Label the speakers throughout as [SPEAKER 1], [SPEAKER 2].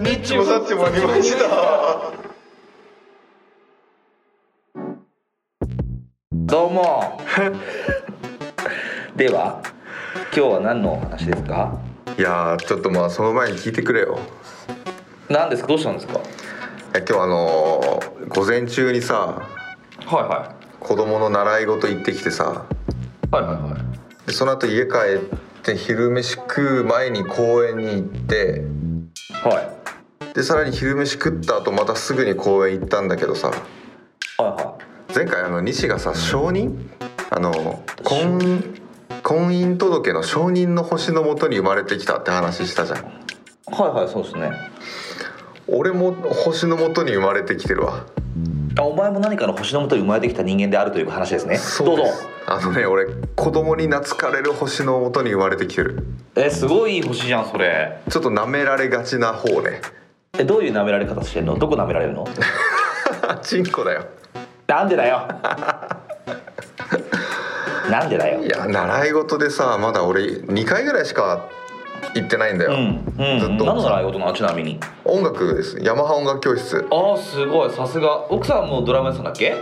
[SPEAKER 1] にちもさっちもありました。
[SPEAKER 2] どうもでは今日は何のお話ですか
[SPEAKER 1] いやーちょっとまあその前に聞いてくれよ。
[SPEAKER 2] 何ですかどうしたんですか
[SPEAKER 1] え今日あのー午前中にさ
[SPEAKER 2] はいは
[SPEAKER 1] 子供の習い事行ってきてさ
[SPEAKER 2] いはいはいはい
[SPEAKER 1] でその後家帰って昼飯食う前に公園に行って
[SPEAKER 2] はい
[SPEAKER 1] でさらに昼飯食った後またすぐに公園行ったんだけどさ
[SPEAKER 2] は
[SPEAKER 1] 前回あの西がさ承認あの婚婚姻届の承認の星のもとに生まれてきたって話したじゃん
[SPEAKER 2] いはいはいはいそうですね
[SPEAKER 1] 俺も星のもとに生まれてきてるわ
[SPEAKER 2] あお前も何かの星のもとに生まれてきた人間であるという話ですね
[SPEAKER 1] そう
[SPEAKER 2] ど
[SPEAKER 1] で
[SPEAKER 2] う
[SPEAKER 1] す
[SPEAKER 2] ぞ
[SPEAKER 1] あのね俺子供に懐かれる星のもとに生まれてきてる
[SPEAKER 2] えすごいいい星じゃんそれ
[SPEAKER 1] ちょっと舐められがちな方ね
[SPEAKER 2] えどういう舐められ方してんのどこ舐められるの
[SPEAKER 1] チンコだよ
[SPEAKER 2] なんでだ よなんでだよ
[SPEAKER 1] いや習い事でさまだ俺2回ぐらいしか行ってないんだ
[SPEAKER 2] う
[SPEAKER 1] よ、
[SPEAKER 2] んうん
[SPEAKER 1] ずっと
[SPEAKER 2] 何の習い事なのちなみに
[SPEAKER 1] 音楽ですヤマハ音楽教室
[SPEAKER 2] ああすごいさすが奥さんもドラムやってたんだっけ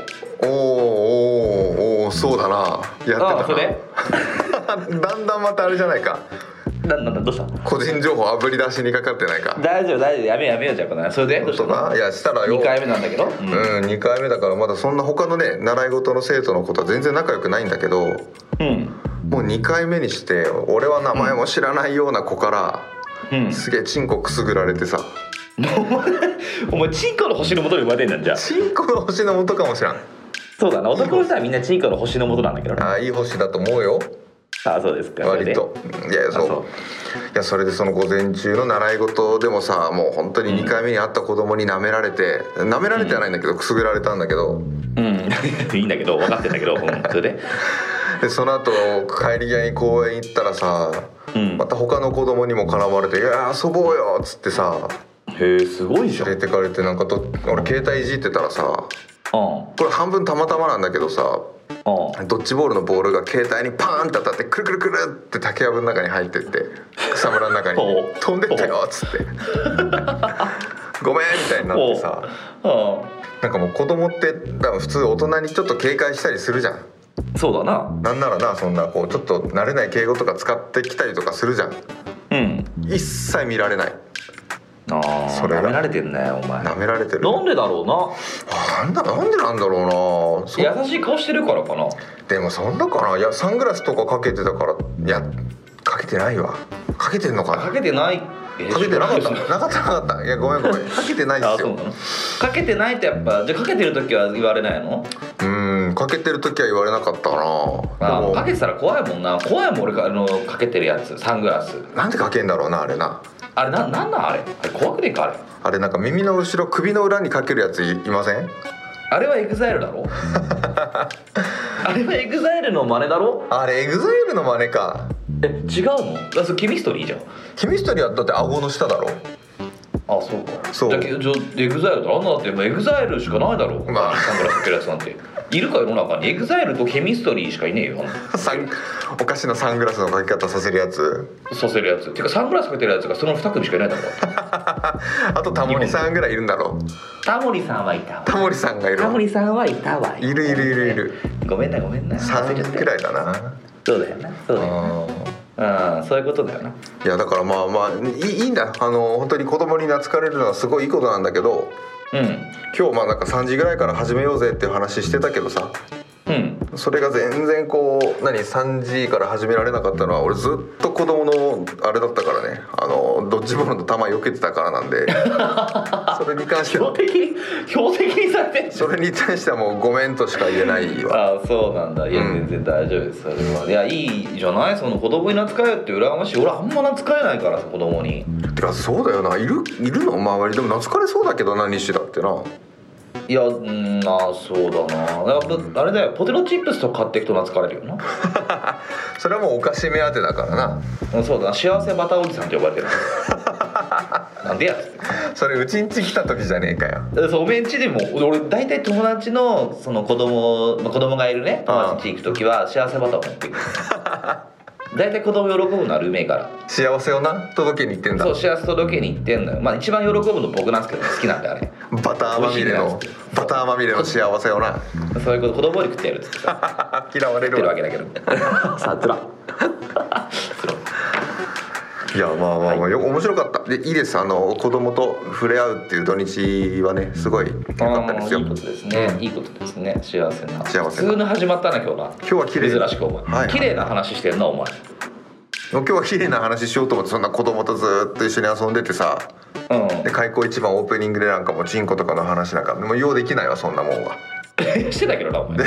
[SPEAKER 1] おーおーおーそうだなや
[SPEAKER 2] あ
[SPEAKER 1] っ
[SPEAKER 2] あそれ
[SPEAKER 1] てたな だんだんまたあれじゃないか
[SPEAKER 2] ななんだどうした
[SPEAKER 1] 個人情報あぶり出しにかかってないか
[SPEAKER 2] 大丈夫大丈夫やめようやめようじゃあこのそれでどう
[SPEAKER 1] 本
[SPEAKER 2] した
[SPEAKER 1] 当
[SPEAKER 2] の
[SPEAKER 1] ないやしたらよ
[SPEAKER 2] 2回目なんだけど、う
[SPEAKER 1] うんん、2回目だからまだそんな他のね習い事の生徒の子とは全然仲良くないんだけど
[SPEAKER 2] うん
[SPEAKER 1] もう2回目にして俺は名前も知らないような子から、
[SPEAKER 2] うん、
[SPEAKER 1] すげえチンコくすぐられてさ
[SPEAKER 2] お前チンコの星の元に生まれてんじゃんじゃあ
[SPEAKER 1] チンコの星の元かもしらん
[SPEAKER 2] そうだな男の人はみんなチンコの星の元なんだけどな
[SPEAKER 1] ああいい星だと思うよ
[SPEAKER 2] あそうですかそれ
[SPEAKER 1] 割
[SPEAKER 2] で
[SPEAKER 1] といやいや
[SPEAKER 2] あ
[SPEAKER 1] そう
[SPEAKER 2] そう
[SPEAKER 1] いやそれでその午前中の習い事でもさもう本当に2回目に会った子供に舐められて舐められてはないんだけどくすぐられたんだけど
[SPEAKER 2] うん いいんだけど分かってんだけど、うん、それで
[SPEAKER 1] でその後帰り際に公園行ったらさ
[SPEAKER 2] うん
[SPEAKER 1] また他の子供にも絡まれて「いや遊ぼうよ」っつってさ
[SPEAKER 2] へえすごいじゃんう
[SPEAKER 1] 連
[SPEAKER 2] ん
[SPEAKER 1] れてかれてなんかど俺携帯いじってたらさ
[SPEAKER 2] う
[SPEAKER 1] これ半分たまたまなんだけどさ
[SPEAKER 2] ん
[SPEAKER 1] ドッジボールのボールが携帯にパーンって当たってくるくるくるって竹やぶの中に入ってって草むらの中に
[SPEAKER 2] おう
[SPEAKER 1] 飛んでったよっつ ってごめんみたいになってさ
[SPEAKER 2] う
[SPEAKER 1] なんかもう子供ってだから普通大人にちょっと警戒したりするじゃん
[SPEAKER 2] んそうだな
[SPEAKER 1] なんならなそんなこうちょっと慣れない敬語とか使ってきたりとかするじゃん
[SPEAKER 2] うん
[SPEAKER 1] 一切見られない
[SPEAKER 2] ああ
[SPEAKER 1] それが
[SPEAKER 2] 舐められてんねお前
[SPEAKER 1] 舐められてる
[SPEAKER 2] なんでだろうな
[SPEAKER 1] あなんだなんでなんだろうなそ
[SPEAKER 2] 優しい顔してるからかな
[SPEAKER 1] でもそんなかないやサングラスとかかけてたからいやかけてないわかけてんのかな
[SPEAKER 2] かけてない
[SPEAKER 1] かけてなかった
[SPEAKER 2] え
[SPEAKER 1] なかったなかったいやごめん ごめんかけてないで
[SPEAKER 2] あ
[SPEAKER 1] す
[SPEAKER 2] そう
[SPEAKER 1] よ
[SPEAKER 2] なのかけてないとやっぱじゃあかけてる時は言われないの
[SPEAKER 1] うんかけてる時は言われなかった
[SPEAKER 2] あ
[SPEAKER 1] なで
[SPEAKER 2] ーか
[SPEAKER 1] も
[SPEAKER 2] けてたら怖いもんな怖いもん俺かあのかけてるやつサングラス
[SPEAKER 1] なんでかけんだろうなあれな
[SPEAKER 2] あれななんなんあれあれ怖くねえかあれ
[SPEAKER 1] あれなんか耳の後ろ首の裏にかけるやついいません
[SPEAKER 2] あれはエグザイルだ ろあれはエグザイルの真似だろ
[SPEAKER 1] あれエグザイルの真似か
[SPEAKER 2] え違うのあそれケミストリーじゃん
[SPEAKER 1] キミストリーはだって顎の下だろ
[SPEAKER 2] あそうか
[SPEAKER 1] そう
[SPEAKER 2] じゃあけじゃあエグザイルだろあんなだってもうエグザイルしかないだろ
[SPEAKER 1] まあ
[SPEAKER 2] サングラスかけるやつなんているか世の中にエグザイルとケミストリーしかいねえよあんな
[SPEAKER 1] サンおかしなサングラスのかけ方させるやつ
[SPEAKER 2] させるやつてかサングラスかけてるやつがその2組しかいないんだから
[SPEAKER 1] あとタモリさんぐらいいるんだろ
[SPEAKER 2] タモリさんはいたわ
[SPEAKER 1] タモリさんがいるわ
[SPEAKER 2] リさんはいたわ
[SPEAKER 1] いるいるいるいる
[SPEAKER 2] ごめんなごめんな忘れちゃっ
[SPEAKER 1] 3
[SPEAKER 2] た
[SPEAKER 1] くらいだな
[SPEAKER 2] そうだよなそうだよ
[SPEAKER 1] うん
[SPEAKER 2] なうんそういうことだよない
[SPEAKER 1] やだからまあまあいいいいんだあの本当に子供に懐かれるのはすごいいいことなんだけど
[SPEAKER 2] うん
[SPEAKER 1] 今日まあなんか3時ぐらいから始めようぜっていう話してたけどさ
[SPEAKER 2] うん
[SPEAKER 1] それが全然こう何3時から始められなかったのは俺ずっと子供のあれだったからねあのドッジボールの球避けてたからなん でそれに関して
[SPEAKER 2] 標
[SPEAKER 1] は
[SPEAKER 2] 的に標的にされてんじゃん
[SPEAKER 1] それに対してはもうごめんとしか言えないわ
[SPEAKER 2] ああそうなんだいや
[SPEAKER 1] うん
[SPEAKER 2] 全然大丈夫ですそれはいやいいじゃないその子供に懐かれるって羨ましい俺あんま懐かれないからさ子供に
[SPEAKER 1] てかそうだよないるいるの周りでも懐かれそうだけどな西だってない
[SPEAKER 2] やうんああそうだなやっぱあれだよポテトチップスとか買っていくと懐かれるよな
[SPEAKER 1] それはもうお菓子目当てだからな
[SPEAKER 2] うんそうだな幸せバターおじさんって呼ばれてる なんでやつって
[SPEAKER 1] それうちんち来た時じゃねえかよ
[SPEAKER 2] だからそうおめんちでも俺大体友達のその子供まあ子供がいるね友達んち行く時は幸せバターを持っていく 大体子供喜ぶのはルメガラ
[SPEAKER 1] 幸せをな届けに行ってんだ
[SPEAKER 2] そう幸せ届けに行ってんのよまあ一番喜ぶの僕なんですけど好きなんであれ
[SPEAKER 1] バターまみれの
[SPEAKER 2] 美味しいね
[SPEAKER 1] バターまみれの幸せをな
[SPEAKER 2] そういうこと子供より食ってやるっつってさ
[SPEAKER 1] 嫌われ
[SPEAKER 2] 食って
[SPEAKER 1] る
[SPEAKER 2] る
[SPEAKER 1] わ
[SPEAKER 2] わけだけど
[SPEAKER 3] さあずら
[SPEAKER 1] いやまあまあまあよ面白かったでいいですあの子供と触れ合うっていう土日はねすごい良
[SPEAKER 2] あ
[SPEAKER 1] かったで
[SPEAKER 2] ー
[SPEAKER 1] すよ
[SPEAKER 2] いいこ
[SPEAKER 1] 今
[SPEAKER 2] とですね、いいことですね幸せな
[SPEAKER 1] 幸せな
[SPEAKER 2] 普通の始まったな今日な
[SPEAKER 1] 日は綺麗
[SPEAKER 2] 珍しくお前、
[SPEAKER 1] はい
[SPEAKER 2] 綺麗な話してるなお前
[SPEAKER 1] 今日は綺麗な話しようと思ってそんな子供とずーっと一緒に遊んでてさで開口一番オープニングでなんかもうチンコとかの話なんかもう用できないわそんなも んは
[SPEAKER 2] うんしてたけどなお 前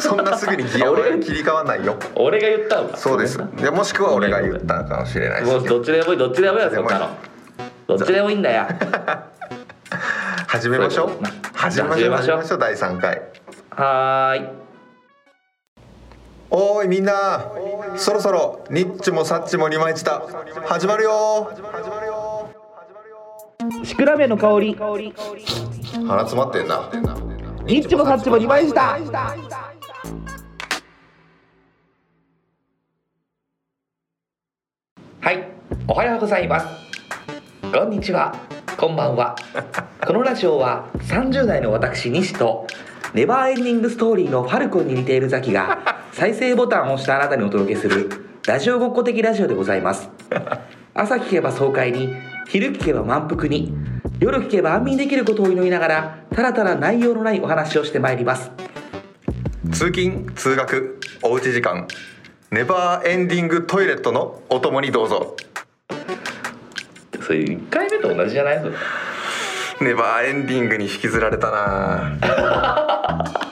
[SPEAKER 1] そんなすぐにギアは切り替わんないよ
[SPEAKER 2] 俺が言ったんだ
[SPEAKER 1] そうですでもしくは俺が言ったかもしれないで
[SPEAKER 2] も
[SPEAKER 1] す
[SPEAKER 2] う
[SPEAKER 1] けど
[SPEAKER 2] どっちでもいいどっちでもいいよそんなのどっちでもいいんだ よ
[SPEAKER 1] 始めましょう
[SPEAKER 2] そういうことな
[SPEAKER 1] 始めましょ
[SPEAKER 2] 始め
[SPEAKER 1] う始め
[SPEAKER 2] ま
[SPEAKER 1] ま
[SPEAKER 2] し
[SPEAKER 1] しょう第3回
[SPEAKER 2] はーい
[SPEAKER 1] おーいみんなそろそろニッチもサッチも二枚舌始まるよ
[SPEAKER 3] シクラメンの香り
[SPEAKER 1] 鼻詰まってんな
[SPEAKER 3] ニッチもサッチも2枚した
[SPEAKER 2] はい、おはようございます。こんにちは、こんばんは。このラジオは30代の私西とネバーエンディングストーリーのファルコンに似ているザキが再生ボタンを押したあなたにお届けするラジオごっこ的ラジオでございます。朝聞けば爽快に、昼聞けば満腹に、夜聞けば安眠できることを祈りながら、たらたら内容のないお話をしてまいります。
[SPEAKER 1] 通勤通学おうち時間ネバーエンディングトイレットのお供にどうぞ
[SPEAKER 2] それ1回目と同じじゃない
[SPEAKER 1] ネバーエンディングに引きずられたな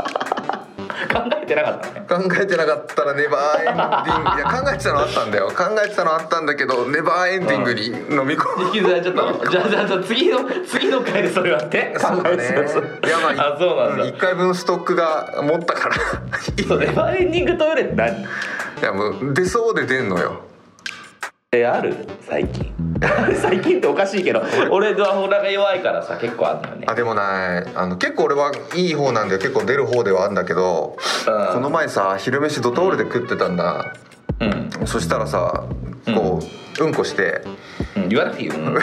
[SPEAKER 2] 考えてなかったね。
[SPEAKER 1] 考えてなかったらネバーエンディングいや考えてたのあったんだよ考えてたのあったんだけどネバーエンディングに飲み込む
[SPEAKER 2] 引きずられちゃったのじゃあじゃあじゃあ次の次の回でそれはって
[SPEAKER 1] そうだね
[SPEAKER 2] 考えすぎます
[SPEAKER 1] いやまあ
[SPEAKER 2] あそうなんだ、
[SPEAKER 1] 1回分ストックが持ったから
[SPEAKER 2] そうネバーエンディングトイレって何
[SPEAKER 1] いやもう出そうで出んのよ
[SPEAKER 2] えある最近 最近っておかしいけど俺はお腹弱いからさ結構あるのよね
[SPEAKER 1] あでもないあの結構俺はいい方なんだよ結構出る方ではあるんだけど、
[SPEAKER 2] うん
[SPEAKER 1] この前さ昼飯ドトールで食ってたんだ、
[SPEAKER 2] うん、
[SPEAKER 1] そしたらさこう、うん、こして
[SPEAKER 2] うん、言わなくていいよ、 うん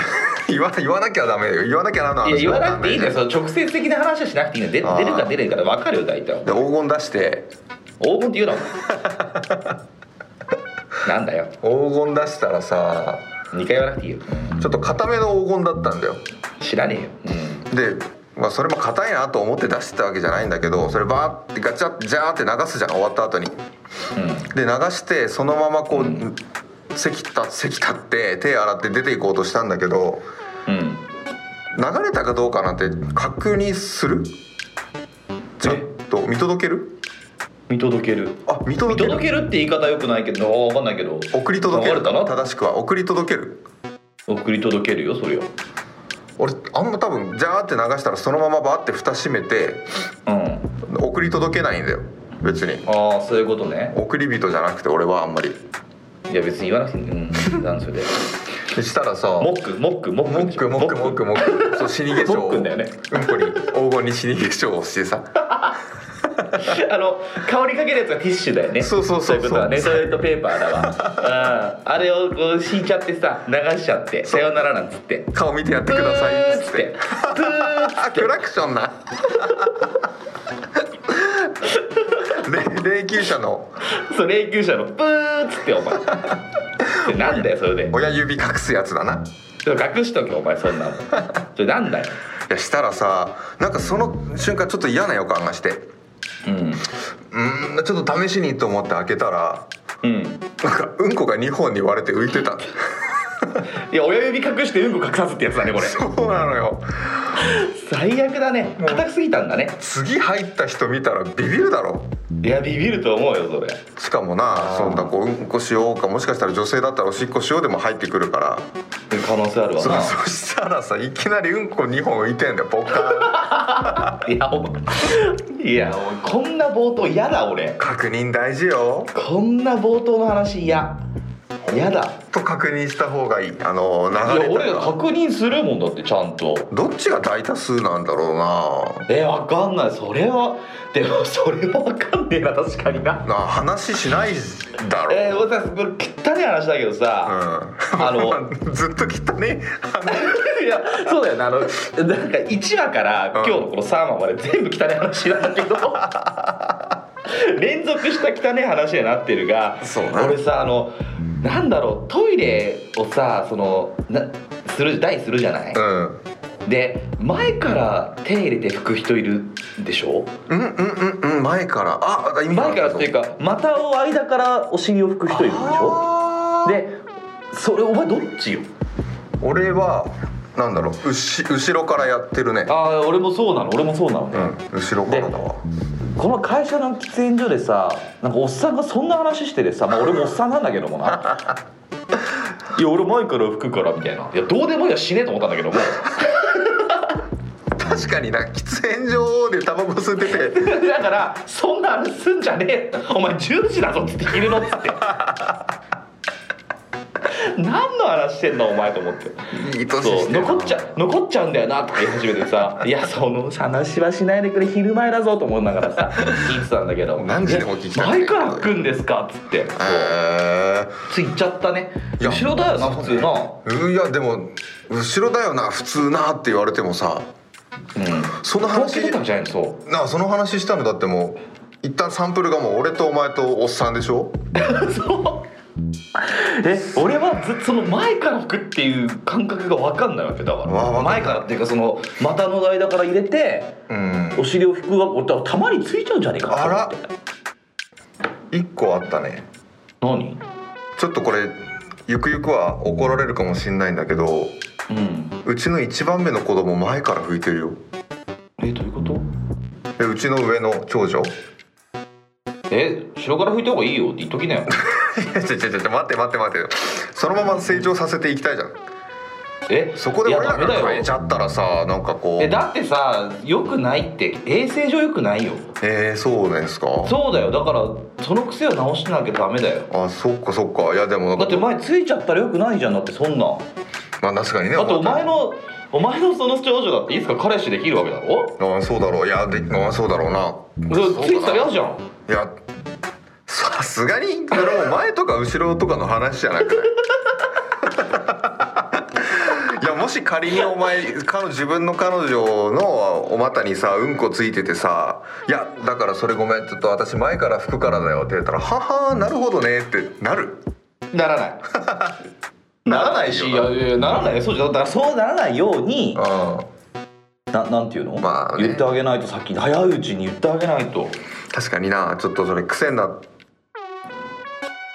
[SPEAKER 1] 言わ言わなきゃダメよ言わなきゃなの
[SPEAKER 2] いや言
[SPEAKER 1] 話
[SPEAKER 2] わなくていいんだよ
[SPEAKER 1] で
[SPEAKER 2] その直接的な話はしなくていいので
[SPEAKER 1] あー
[SPEAKER 2] 出るか出ないかで分かるよ大体
[SPEAKER 1] 黄金出して
[SPEAKER 2] 黄金って言うなお前 なんだよ
[SPEAKER 1] 黄金出したらさ
[SPEAKER 2] 2回言わなくていいよ、
[SPEAKER 1] ちょっと固めの黄金だったんだよ
[SPEAKER 2] うん知らねえよ、うん
[SPEAKER 1] で、まあ、それも硬いなと思って出してたわけじゃないんだけどそれバーってガチャッジャーって流すじゃん終わった後に。で流してそのままこう、せきたせきたって手洗って出ていこうとしたんだけど
[SPEAKER 2] うんうん
[SPEAKER 1] 流れたかどうかなんて確認するちょっと見届ける
[SPEAKER 2] 見届ける
[SPEAKER 1] あ見
[SPEAKER 2] 見
[SPEAKER 1] 届ける
[SPEAKER 2] 届けるって言い方よくないけど分かんないけど
[SPEAKER 1] 送り届ける
[SPEAKER 2] 流れたな
[SPEAKER 1] 正しくは送り届ける
[SPEAKER 2] 送り届けるよそれよ
[SPEAKER 1] 俺あんま多分ジャーって流したらそのままバーって蓋閉めて
[SPEAKER 2] うん
[SPEAKER 1] 送り届けないんだよ別に
[SPEAKER 2] ああそういうことね
[SPEAKER 1] 送り人じゃなくて俺はあんまり
[SPEAKER 2] いや別に言わなくていいうんなんそ れで
[SPEAKER 1] でしたらさ
[SPEAKER 2] モックモックモック
[SPEAKER 1] モックモックモックモックそう死に化粧
[SPEAKER 2] モックんだよね
[SPEAKER 1] うんこに黄金に死に化粧をしてさ
[SPEAKER 2] あの香りかけるやつがティッシュだよね
[SPEAKER 1] そうそうそうそ
[SPEAKER 2] そういうこ
[SPEAKER 1] う
[SPEAKER 2] とはねトイレットペーパーだわうんあれをこう敷いちゃってさ流しちゃってさよならなんつって
[SPEAKER 1] 顔見てやってくださいっつっ
[SPEAKER 2] プ
[SPEAKER 1] て
[SPEAKER 2] ープー
[SPEAKER 1] あクラクションな霊霊柩車の
[SPEAKER 2] そう霊柩車のプーっつってお前それなんだよそれで
[SPEAKER 1] 親指隠すやつだな
[SPEAKER 2] ちょっと隠しとけお前そんなのそれなんだよ
[SPEAKER 1] いやしたらさなんかその瞬間ちょっと嫌な予感がして
[SPEAKER 2] うん
[SPEAKER 1] うーんちょっと試しにと思って開けたら
[SPEAKER 2] うん
[SPEAKER 1] なんかうんこが2本に割れて浮いてた
[SPEAKER 2] いや親指隠してうんこ隠さずってやつだねこれ
[SPEAKER 1] そうなのよ
[SPEAKER 2] 最悪だね硬くすぎたんだね
[SPEAKER 1] 次入った人見たらビビるだろ
[SPEAKER 2] いやビビると思うよそれ
[SPEAKER 1] しかもなそんなこううんこしようかもしかしたら女性だったらおしっこしようでも入ってくるから
[SPEAKER 2] 可能性あるわ
[SPEAKER 1] そ
[SPEAKER 2] な
[SPEAKER 1] そしたらさいきなりうんこ2本浮いてんだよポカーン
[SPEAKER 2] いやお前いやお前こんな冒頭嫌だ俺
[SPEAKER 1] 確認大事よ
[SPEAKER 2] こんな冒頭の話嫌やだ
[SPEAKER 1] と確認した方がいいあの流
[SPEAKER 2] いや
[SPEAKER 1] れた
[SPEAKER 2] 俺
[SPEAKER 1] ら
[SPEAKER 2] ら確認するもんだってちゃんと
[SPEAKER 1] どっちが大多数なんだろうな
[SPEAKER 2] えわかんないそれはでもそれはわかんねえな確かにな
[SPEAKER 1] な話しないだろう、
[SPEAKER 2] えー、私これ汚い話だけどさ、あ
[SPEAKER 1] うん、 ずっと 汚ね
[SPEAKER 2] いやそうだよねあのなんか1話から今日のこの3話まで全部汚い話なんだ けど連続した汚い話になってるが
[SPEAKER 1] そうな
[SPEAKER 2] 俺さあのなんだろうトイレをさそのなする台するじゃない、
[SPEAKER 1] うん
[SPEAKER 2] で前から手入れて拭く人いるでしょ
[SPEAKER 1] うんうんうんうん前からあ意味
[SPEAKER 2] 前からっていう
[SPEAKER 1] か
[SPEAKER 2] か股を間からお尻を拭く人いるでしょ
[SPEAKER 1] で
[SPEAKER 2] でそれお前どっちよ
[SPEAKER 1] 俺はなんだろううし後ろからやってるね
[SPEAKER 2] ああ俺もそうなの俺もそうなのね
[SPEAKER 1] うん後ろからだわ
[SPEAKER 2] この会社の喫煙所でさなんかおっさんがそんな話しててさ、まあ、俺もおっさんなんだけどもないや俺前から服からみたいないやどうでもいいや死ねえと思ったんだけども
[SPEAKER 1] 確かにな喫煙所でタバコ吸ってて
[SPEAKER 2] だからそんな話すんじゃねえお前10時だぞっつって昼のっつって何の話してんのお前と思って
[SPEAKER 1] いい
[SPEAKER 2] そ
[SPEAKER 1] 年し
[SPEAKER 2] う
[SPEAKER 1] てるな
[SPEAKER 2] 残っちゃ残っちゃうんだよなとか言い始めてさ「いやその話はしないでくれ昼前だぞ」と思いながらさ聞いてたんだけど
[SPEAKER 1] 何時でも聞きたい
[SPEAKER 2] 前から来るんですか?」っつって
[SPEAKER 1] へえ
[SPEAKER 2] ついっちゃったね
[SPEAKER 1] いや
[SPEAKER 2] 後ろだよな普通な
[SPEAKER 1] うんいやでも後ろだよな普通なって言われてもさ
[SPEAKER 2] うん
[SPEAKER 1] その
[SPEAKER 2] 東
[SPEAKER 1] 話
[SPEAKER 2] 京とかじゃないのそう
[SPEAKER 1] なあその話したのだってもう一旦サンプルがもう俺とお前とおっさんでしょ
[SPEAKER 2] え俺はずその前から吹くっていう感覚が分かんないわけだか
[SPEAKER 1] わわからん
[SPEAKER 2] 前からっていうかその股の間から入れて
[SPEAKER 1] うん
[SPEAKER 2] お尻を拭くは俺たまについちゃうんじゃねえかな
[SPEAKER 1] あら一個あったね
[SPEAKER 2] 何
[SPEAKER 1] ちょっとこれゆくゆくは怒られるかもしんないんだけど
[SPEAKER 2] うん
[SPEAKER 1] うちの一番目の子供前から拭いてるよ
[SPEAKER 2] えどういうこと
[SPEAKER 1] でうちの上の長女 い
[SPEAKER 2] え後ろから拭いた方がいいよって言っときな よ
[SPEAKER 1] やちょちょちょちょ待って待って待ってそのまま成長させていきたいじゃん
[SPEAKER 2] え
[SPEAKER 1] そこで俺ら
[SPEAKER 2] いやダメだ
[SPEAKER 1] が
[SPEAKER 2] よ
[SPEAKER 1] 変えちゃったらさなんかこう
[SPEAKER 2] えだってさ良くないって衛生上良くないよ
[SPEAKER 1] えー、そうなんですか
[SPEAKER 2] そうだよだからその癖を直してなきゃダメだよ
[SPEAKER 1] あそっかそっかいやでもなん
[SPEAKER 2] だっ
[SPEAKER 1] か
[SPEAKER 2] て前ついちゃったら良くないじゃんだってそんなん
[SPEAKER 1] まあ確かにね
[SPEAKER 2] だってお前のお前のその長女だっていつか彼氏できるわけだろ
[SPEAKER 1] ああそうだろういやでああそうだろうな
[SPEAKER 2] それ
[SPEAKER 1] そう
[SPEAKER 2] ついてたら
[SPEAKER 1] だ
[SPEAKER 2] 嫌じゃん
[SPEAKER 1] ないやさすがにそれも前とか後ろとかの話じゃなくない いやもし仮にお前彼自分の彼女のお股にさうんこついててさ「いやだからそれごめんちょっと私前から拭くからだよ」って言ったら「ははなるほどね」ってなる
[SPEAKER 2] ならない ならないしいやいやいやならないよそうじゃだからそうならないように
[SPEAKER 1] うん
[SPEAKER 2] ななんていうの、
[SPEAKER 1] まあね
[SPEAKER 2] 言ってあげないと先に早いうちに言ってあげないと
[SPEAKER 1] 確かになちょっとそれ癖になっ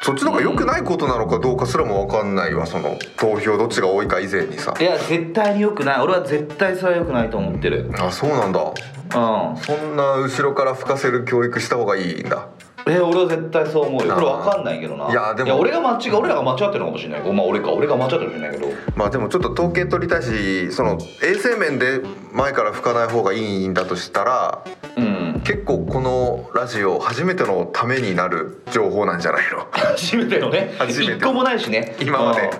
[SPEAKER 1] そっちの方が良くないことなのかどうかすらも分かんないわその投票どっちが多いか以前にさ
[SPEAKER 2] いや絶対に良くない俺は絶対それは良くないと思ってる
[SPEAKER 1] あそうなんだ
[SPEAKER 2] うん
[SPEAKER 1] そんな後ろから吹かせる教育した方がいいんだ
[SPEAKER 2] えー俺は絶対そう思うよ
[SPEAKER 1] あー
[SPEAKER 2] これ分かんないけどない
[SPEAKER 1] いやでも
[SPEAKER 2] 俺が間違俺らが間違ってるのかもしれないけどまあ俺か俺が間違ってるかもしれないけど
[SPEAKER 1] まあでもちょっと統計取りたいしその衛生面で前から吹かない方がいいんだとしたら
[SPEAKER 2] うん
[SPEAKER 1] 結構このラジオ初めてのためになる情報なんじゃないの
[SPEAKER 2] 初めてのね
[SPEAKER 1] 初めて
[SPEAKER 2] 一個もないしね
[SPEAKER 1] 今まで
[SPEAKER 2] うん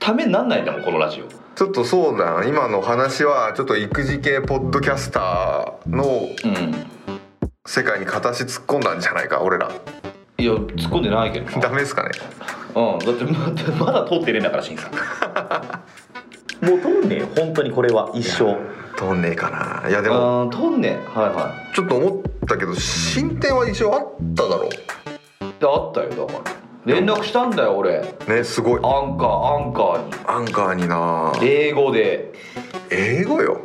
[SPEAKER 2] ためになんないんだもんこのラジオ
[SPEAKER 1] ちょっとそうだな今の話はちょっと育児系ポッドキャスターの
[SPEAKER 2] うん
[SPEAKER 1] 世界に片足突っ込んだんじゃないか俺ら
[SPEAKER 2] いや突っ込んでないけどな
[SPEAKER 1] ダメですかね
[SPEAKER 2] うんだってまだまだ通ってねえんだから審 査もう通んねえよ本当にこれは一生
[SPEAKER 1] 通んねえかないやでも
[SPEAKER 2] うん通んねえはいはい
[SPEAKER 1] ちょっと思ったけど進展は一応あっただろ
[SPEAKER 2] であったよだから連絡したんだよ俺アン
[SPEAKER 1] うねすごい
[SPEAKER 2] カーアンカーに
[SPEAKER 1] アンカーにな
[SPEAKER 2] 英語で
[SPEAKER 1] 英語よ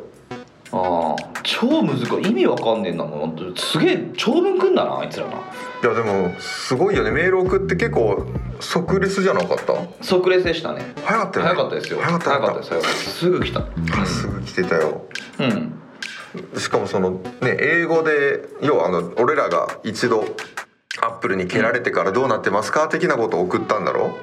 [SPEAKER 2] ああ超難しい意味わかんねえんだもんなんてすげえ長文くんだなあいつらない
[SPEAKER 1] やでもすごいよねメール送って結構即レスじゃなかった
[SPEAKER 2] 即レスでしたね
[SPEAKER 1] 早かったよね
[SPEAKER 2] 早かったですよ
[SPEAKER 1] 早かった
[SPEAKER 2] 早かったです早かったですすぐ来た
[SPEAKER 1] あすぐ来てたよ
[SPEAKER 2] うん
[SPEAKER 1] しかもそのね英語で要はあの俺らが一度アップルに蹴られてからどうなってますか的なことを送ったんだろ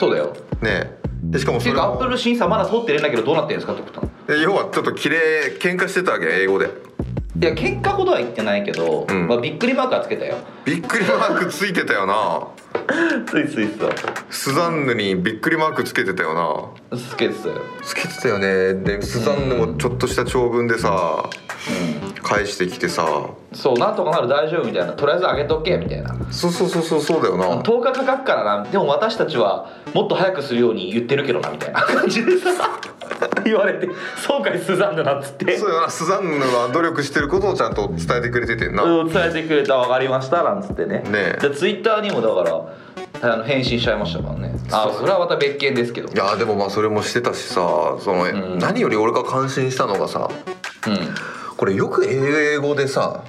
[SPEAKER 2] そうだよ
[SPEAKER 1] ねでしかも
[SPEAKER 2] っ
[SPEAKER 1] そ
[SPEAKER 2] てい
[SPEAKER 1] れ
[SPEAKER 2] うかア
[SPEAKER 1] も
[SPEAKER 2] ップル審査まだ通ってるんだけどどうなってるんですかってことなの
[SPEAKER 1] で要はちょっと綺麗喧嘩してたわけ英語で
[SPEAKER 2] いや喧嘩ほどは言ってないけど、
[SPEAKER 1] うん
[SPEAKER 2] まあ、びっくりマークはつけたよ
[SPEAKER 1] びっくりマークついてたよな
[SPEAKER 2] スイスイス
[SPEAKER 1] スザンヌにびっくりマークつけてたよ
[SPEAKER 2] をつけてたよ
[SPEAKER 1] なつけてたよねでスザンヌもちょっとした長文でさ返してきてさ
[SPEAKER 2] そうなんとかなる大丈夫みたいなとりあえずあげとけみたいな
[SPEAKER 1] そうそうそうそうそうだよな
[SPEAKER 2] 10日かかっからなでも私たちはもっと早くするように言ってるけどなみたい な感じでさ言われて「そうかいスザンヌな」っつって
[SPEAKER 1] そうだよなスザンヌは努力してることをちゃんと伝えてくれててんな、
[SPEAKER 2] うん伝えてくれた分かりましたなんつってね
[SPEAKER 1] ねえ
[SPEAKER 2] でツイッターにもだからあの返信しちゃいましたからねあそれはまた別件ですけど
[SPEAKER 1] いやでもまあそれもしてたしさその、
[SPEAKER 2] ん
[SPEAKER 1] 何より俺が感心したのがさ
[SPEAKER 2] う
[SPEAKER 1] これよく英語でさ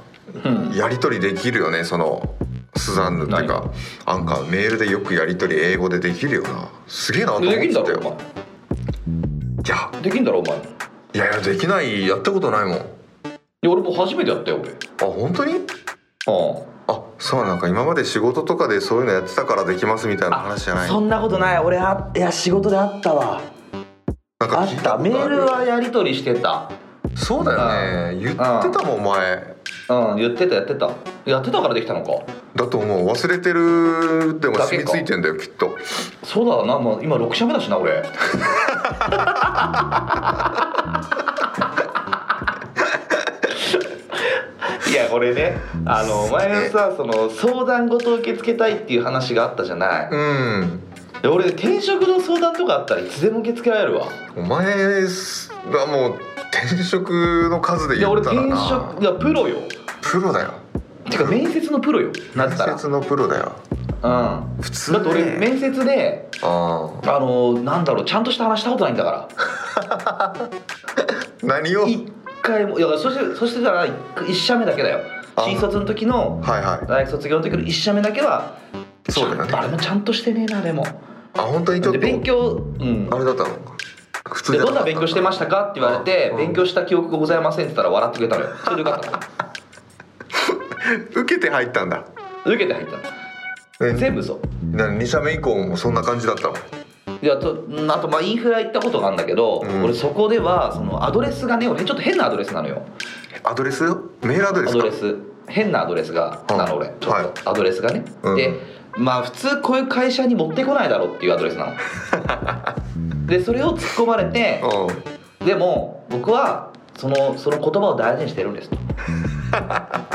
[SPEAKER 2] ん、うん、
[SPEAKER 1] やり取りできるよねそのスザンヌっていうかアンカーメールでよくやり取り英語でできるよなすげえなと思っ
[SPEAKER 2] でき
[SPEAKER 1] て
[SPEAKER 2] ん
[SPEAKER 1] た
[SPEAKER 2] だ
[SPEAKER 1] よ
[SPEAKER 2] ろお
[SPEAKER 1] いや
[SPEAKER 2] 前できんだろお前い
[SPEAKER 1] いやいやできないやったことないもんあ
[SPEAKER 2] や俺も初めてやったよ俺
[SPEAKER 1] 本当に
[SPEAKER 2] うん
[SPEAKER 1] あそうなんか今まで仕事とかでそういうのやってたからできますみたいな話じゃない
[SPEAKER 2] そ
[SPEAKER 1] の
[SPEAKER 2] んなことない俺はいや仕事であったわ
[SPEAKER 1] なんか
[SPEAKER 2] あ
[SPEAKER 1] 聞
[SPEAKER 2] っ
[SPEAKER 1] いこと
[SPEAKER 2] た
[SPEAKER 1] ある
[SPEAKER 2] メールはやり取りしてた
[SPEAKER 1] そうだよね言ってたもんお前
[SPEAKER 2] うん言ってたやってたやってたからできたのか
[SPEAKER 1] だと思う忘れてるでも
[SPEAKER 2] だ
[SPEAKER 1] 染
[SPEAKER 2] け
[SPEAKER 1] み
[SPEAKER 2] か
[SPEAKER 1] ついてんだよきっと
[SPEAKER 2] そうだなもう今6社目だしな 俺いやこれねあの前のさその相談事を受け付けたいっていう話があったじゃない
[SPEAKER 1] うん
[SPEAKER 2] で俺転職の相談とかあったらいつでも受け付けられるわ
[SPEAKER 1] お前はもう転職の数で
[SPEAKER 2] いや
[SPEAKER 1] 言
[SPEAKER 2] 俺
[SPEAKER 1] った
[SPEAKER 2] 転
[SPEAKER 1] らな
[SPEAKER 2] 職いやプロよ
[SPEAKER 1] プロだよ
[SPEAKER 2] てか面接のプロよなったら
[SPEAKER 1] 面接のプロだよ
[SPEAKER 2] うん
[SPEAKER 1] 普通
[SPEAKER 2] だって俺
[SPEAKER 1] ね
[SPEAKER 2] 面接で
[SPEAKER 1] あ
[SPEAKER 2] あのなんだろうちゃんとした話したことないんだから
[SPEAKER 1] あ何をはい
[SPEAKER 2] 一回もいやそしてそしてだから1社目だけだよ
[SPEAKER 1] あ
[SPEAKER 2] 新卒の時の
[SPEAKER 1] は
[SPEAKER 2] 大学卒業の時の1社目だけは
[SPEAKER 1] そうだよね
[SPEAKER 2] ちゃんあれもちゃんとしてねえなでも
[SPEAKER 1] いあ本当にちょっ
[SPEAKER 2] で
[SPEAKER 1] と
[SPEAKER 2] 勉強うん
[SPEAKER 1] あれだったの普通
[SPEAKER 2] で
[SPEAKER 1] じゃな
[SPEAKER 2] ど
[SPEAKER 1] か
[SPEAKER 2] んな
[SPEAKER 1] った
[SPEAKER 2] 勉強してましたかって言われて
[SPEAKER 1] うん
[SPEAKER 2] 勉強した記憶がございませんって言ったら笑ってくれたのよそれでよかった の
[SPEAKER 1] 受けて入ったんだ
[SPEAKER 2] 受けて入った
[SPEAKER 1] え
[SPEAKER 2] の全部そう
[SPEAKER 1] な2社目以降もそんな感じだったの
[SPEAKER 2] いやとうんあとまあインフラ行ったことがあるんだけど、
[SPEAKER 1] うん
[SPEAKER 2] 俺そこではそのアドレスがね俺ちょっと変なアドレスなのよ
[SPEAKER 1] アドレスメールアドレ
[SPEAKER 2] ア
[SPEAKER 1] ス
[SPEAKER 2] ド
[SPEAKER 1] か
[SPEAKER 2] レス変なアドレスが
[SPEAKER 1] うん
[SPEAKER 2] なの俺ちょっ
[SPEAKER 1] はい
[SPEAKER 2] とアドレスがね、
[SPEAKER 1] うん
[SPEAKER 2] でまあ普通こういう会社に持ってこないだろうっていうアドレスなの でそれを突っ込まれて
[SPEAKER 1] う
[SPEAKER 2] でも僕はそのその言葉を大事にしてるんですと
[SPEAKER 1] ん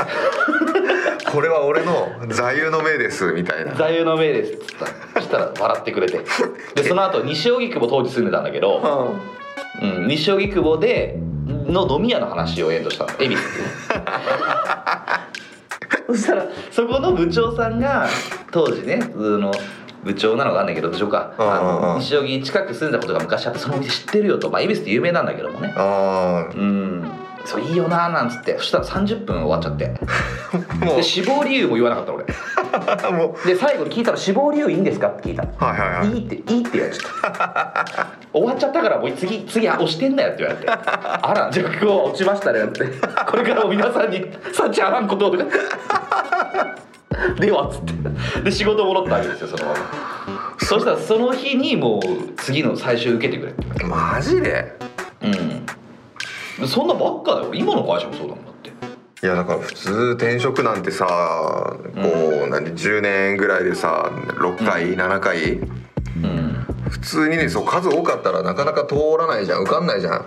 [SPEAKER 1] これは俺の座右の銘ですみたいな
[SPEAKER 2] 座右の銘ですっつったそしたら笑ってくれてでその後西荻窪当時住んでたんだけど、
[SPEAKER 1] うん
[SPEAKER 2] うん、西荻窪での飲み屋の話をエンドしたの恵比寿 っていうそしたらそこの部長さんが当時ねあの部長なのかあんだけど部長か
[SPEAKER 1] うんうん
[SPEAKER 2] あ
[SPEAKER 1] うん
[SPEAKER 2] の西荻近く住んだことが昔あってそのお店知ってるよと、まあ、恵比寿って有名なんだけどもね
[SPEAKER 1] あ
[SPEAKER 2] うんそういいよなーなんつってそしたら30分終わっちゃって
[SPEAKER 1] あも
[SPEAKER 2] で死亡理由も言わなかった俺
[SPEAKER 1] う もう
[SPEAKER 2] で最後に聞いたら死亡理由いいんですかって聞いたの
[SPEAKER 1] はいはいはい
[SPEAKER 2] いいっていいって言われちゃった終わっちゃったからもう次次押してんだよって言われてあら熟語は落ちましたねなんてこれからも皆さんに幸あらんことをとかではっつってで仕事戻ったわけですよそのままそしたらその日にもう次の最終受けてくれって
[SPEAKER 1] マジで
[SPEAKER 2] 言われてうんそんなばっかだよ俺今の会社もそうだもんだって
[SPEAKER 1] いやだから普通転職なんてさこう、何10年ぐらいでさ6回、7回
[SPEAKER 2] うん
[SPEAKER 1] 普通にねそう数多かったらなかなか通らないじゃん受かんないじゃん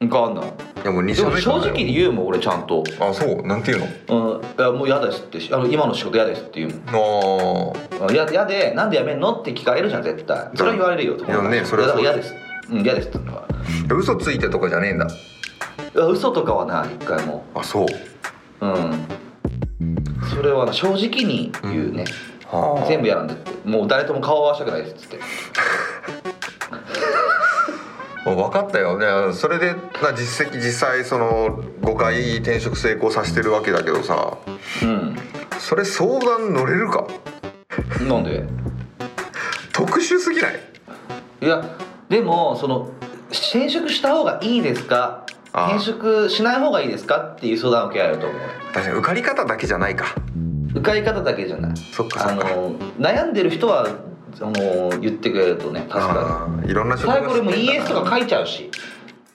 [SPEAKER 2] 分かんない
[SPEAKER 1] いやもう2
[SPEAKER 2] で
[SPEAKER 1] 社
[SPEAKER 2] も
[SPEAKER 1] 目
[SPEAKER 2] 正
[SPEAKER 1] から
[SPEAKER 2] 直に言うもん俺ちゃんと
[SPEAKER 1] 直あそうなんていう
[SPEAKER 2] 「う
[SPEAKER 1] の
[SPEAKER 2] ん、いやもう嫌です」ってあの「今の仕事嫌です」って言うもん
[SPEAKER 1] あ
[SPEAKER 2] いややでなんでやめんのって聞かれるじゃん絶対それは言われるよと
[SPEAKER 1] いやねそれは
[SPEAKER 2] だから嫌
[SPEAKER 1] そう
[SPEAKER 2] ですうん嫌ですって言うのは
[SPEAKER 1] あ嘘ついてとかじゃねえんだ
[SPEAKER 2] いや嘘とかはない一回も
[SPEAKER 1] あそう
[SPEAKER 2] うんそれはな正直に言うね、
[SPEAKER 1] は
[SPEAKER 2] 全部嫌なんだってもう誰とも顔を合わせたくないですっつって
[SPEAKER 1] あ分かったよねそれでな実績実際その5回転職成功させてるわけだけどさ
[SPEAKER 2] うん
[SPEAKER 1] それ相談乗れるか
[SPEAKER 2] なんで
[SPEAKER 1] 特殊すぎない
[SPEAKER 2] いやでもその転職した方がいいですか
[SPEAKER 1] ああ
[SPEAKER 2] 転職しない方がいいですかっていう相談を受けられると思う
[SPEAKER 1] 確かに受かり方だけじゃないか
[SPEAKER 2] 受かり方だけじゃない
[SPEAKER 1] そっかそ
[SPEAKER 2] あ
[SPEAKER 1] っか
[SPEAKER 2] の悩んでる人はあの言ってくれるとね確かに
[SPEAKER 1] あーいろんな職
[SPEAKER 2] 最後これも ES とか
[SPEAKER 1] い
[SPEAKER 2] 書いちゃうし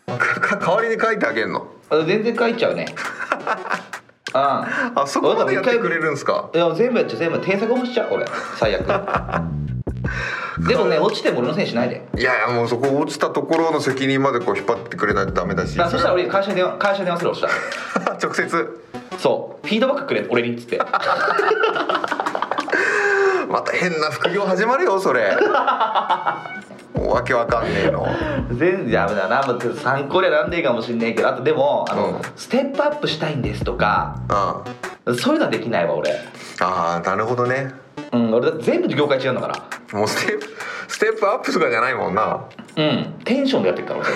[SPEAKER 1] 代わりに書いてあげんの
[SPEAKER 2] あ全然書いちゃうねあ
[SPEAKER 1] あそこまでやってくれるんですか
[SPEAKER 2] いや全部やっちゃう全部添削もしちゃう俺最悪でもね落ちても俺のせいにしないで
[SPEAKER 1] いやいやもうそこ落ちたところの責任までこう引っ張ってくれないとダメだし
[SPEAKER 2] だからそしたら
[SPEAKER 1] れ
[SPEAKER 2] 俺会社に電話会社に電話する落ちたら
[SPEAKER 1] は 直接
[SPEAKER 2] そうフィードバックくれ俺にっつって
[SPEAKER 1] また変な副業始まるよ それもうわけわかんねえの
[SPEAKER 2] 全然ダメだなまあ参考にはなんでいいかもしんないけどあとでもあの、
[SPEAKER 1] うん
[SPEAKER 2] ステップアップしたいんですとか
[SPEAKER 1] あ
[SPEAKER 2] そういうのはできないわ俺
[SPEAKER 1] あーなるほどね
[SPEAKER 2] うん俺だって全部業界違うんだから
[SPEAKER 1] もうステップステップアップとかじゃないもんな
[SPEAKER 2] うんテンションでやってるから俺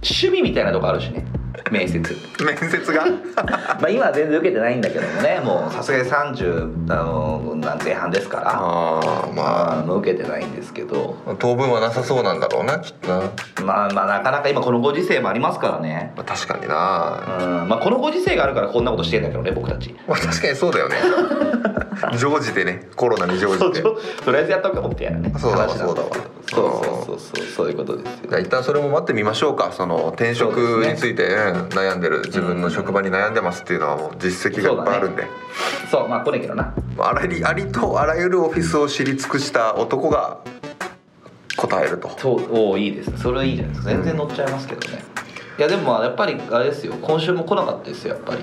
[SPEAKER 2] 趣味みたいなとこあるしね面接
[SPEAKER 1] 面接が
[SPEAKER 2] まあ今は全然受けてないんだけどもねもうさすがに30あのなん前半ですから
[SPEAKER 1] ああ
[SPEAKER 2] あ
[SPEAKER 1] ま
[SPEAKER 2] の受けてないんですけど
[SPEAKER 1] あ当分はなさそうなんだろうなきっとな、ま
[SPEAKER 2] まあまあなかなか今このご時世もありますからね
[SPEAKER 1] あ、確かに
[SPEAKER 2] うん
[SPEAKER 1] な、
[SPEAKER 2] まあこのご時世があるからこんなことしてんだけどね僕たち
[SPEAKER 1] まあ、確かにそうだよね 常時でねコロナに乗
[SPEAKER 2] そう
[SPEAKER 1] じ
[SPEAKER 2] ち
[SPEAKER 1] て
[SPEAKER 2] ょとりあえずやっとこうみたいなね
[SPEAKER 1] そうだわ
[SPEAKER 2] 話なんですけ
[SPEAKER 1] そうだ
[SPEAKER 2] ど
[SPEAKER 1] わ
[SPEAKER 2] そうそうそうそうそういうことです
[SPEAKER 1] じゃあ
[SPEAKER 2] よ
[SPEAKER 1] 一旦それも待ってみましょうかその転職について、うん悩んでる自分の職場に悩んでますっていうのはもう実績がいっぱいあるんで、
[SPEAKER 2] そうまあ来ねえけどな
[SPEAKER 1] あらりありとあらゆるオフィスを知り尽くした男が答えると
[SPEAKER 2] そうおーいいですねそれはいいじゃないですか全然乗っちゃいますけどね、いやでもまあやっぱりあれですよ今週も来なかったですよやっぱり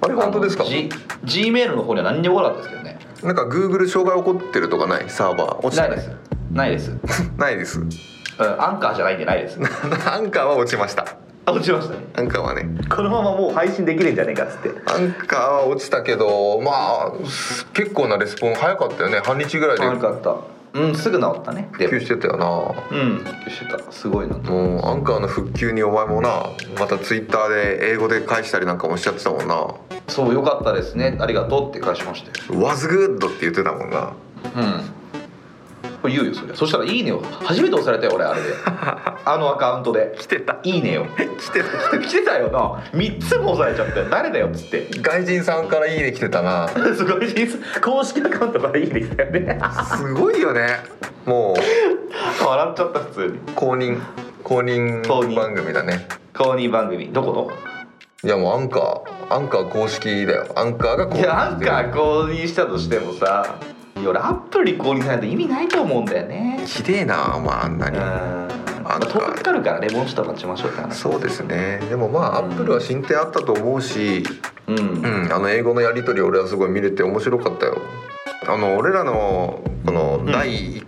[SPEAKER 1] あれ本当ですか
[SPEAKER 2] あの G, G メールの方には何にも来なかったですけどね
[SPEAKER 1] なんか Google 障害起こってるとかないサーバー落ち
[SPEAKER 2] な
[SPEAKER 1] て
[SPEAKER 2] い
[SPEAKER 1] な
[SPEAKER 2] で
[SPEAKER 1] い
[SPEAKER 2] すないです、うん、
[SPEAKER 1] ないです
[SPEAKER 2] アンカーじゃないんでないです
[SPEAKER 1] アンカーは落ちました
[SPEAKER 2] あ落ちましたね
[SPEAKER 1] アンカーはね
[SPEAKER 2] このままもう配信できるんじゃねえかっつって
[SPEAKER 1] アンカーは落ちたけどまあ結構なレスポン早かったよね半日ぐらいで
[SPEAKER 2] 悪かったうんすぐ治ったねで
[SPEAKER 1] 復
[SPEAKER 2] も
[SPEAKER 1] 旧してたよな
[SPEAKER 2] うん復旧してたすごいなと
[SPEAKER 1] もうアンカーの復旧にお前もなまたツイッターで英語で返したりなんかもしちゃってたもんな
[SPEAKER 2] そうよかったですねありがとうって返しましたよ
[SPEAKER 1] 「Was good」って言ってたもんな
[SPEAKER 2] うんこれ言うよそれそしたら「いいね」を初めて押されたよ俺あれ であのアカウントで
[SPEAKER 1] 来てた
[SPEAKER 2] 「いいね」を
[SPEAKER 1] 来て た
[SPEAKER 2] 来てたよな3つも押されちゃったよ誰だよっつって
[SPEAKER 1] 外人さんから「いいね」来てたな
[SPEAKER 2] すごい公式アカウントからいいね来たよ ね
[SPEAKER 1] すごいよねもう
[SPEAKER 2] 笑っちゃった普通に
[SPEAKER 1] 公認公認
[SPEAKER 2] 公認
[SPEAKER 1] 番組だね
[SPEAKER 2] 公認番組どこの
[SPEAKER 1] いやもうアンカーアンカー公式だよアンカーが公認
[SPEAKER 2] いやなん
[SPEAKER 1] して
[SPEAKER 2] か公認したとしてもさいや俺アプリ公認さないと意味ないと思うんだよね
[SPEAKER 1] るひでえなお前あんな
[SPEAKER 2] うん
[SPEAKER 1] に
[SPEAKER 2] まあ遠くかかるからレモン下待ちましょうって話
[SPEAKER 1] そうですねでもまあアップルは進展あったと思うし
[SPEAKER 2] うん、
[SPEAKER 1] うん、あの英語のやり取り俺はすごい見れて面白かったよあの俺らのこの
[SPEAKER 2] ん
[SPEAKER 1] 第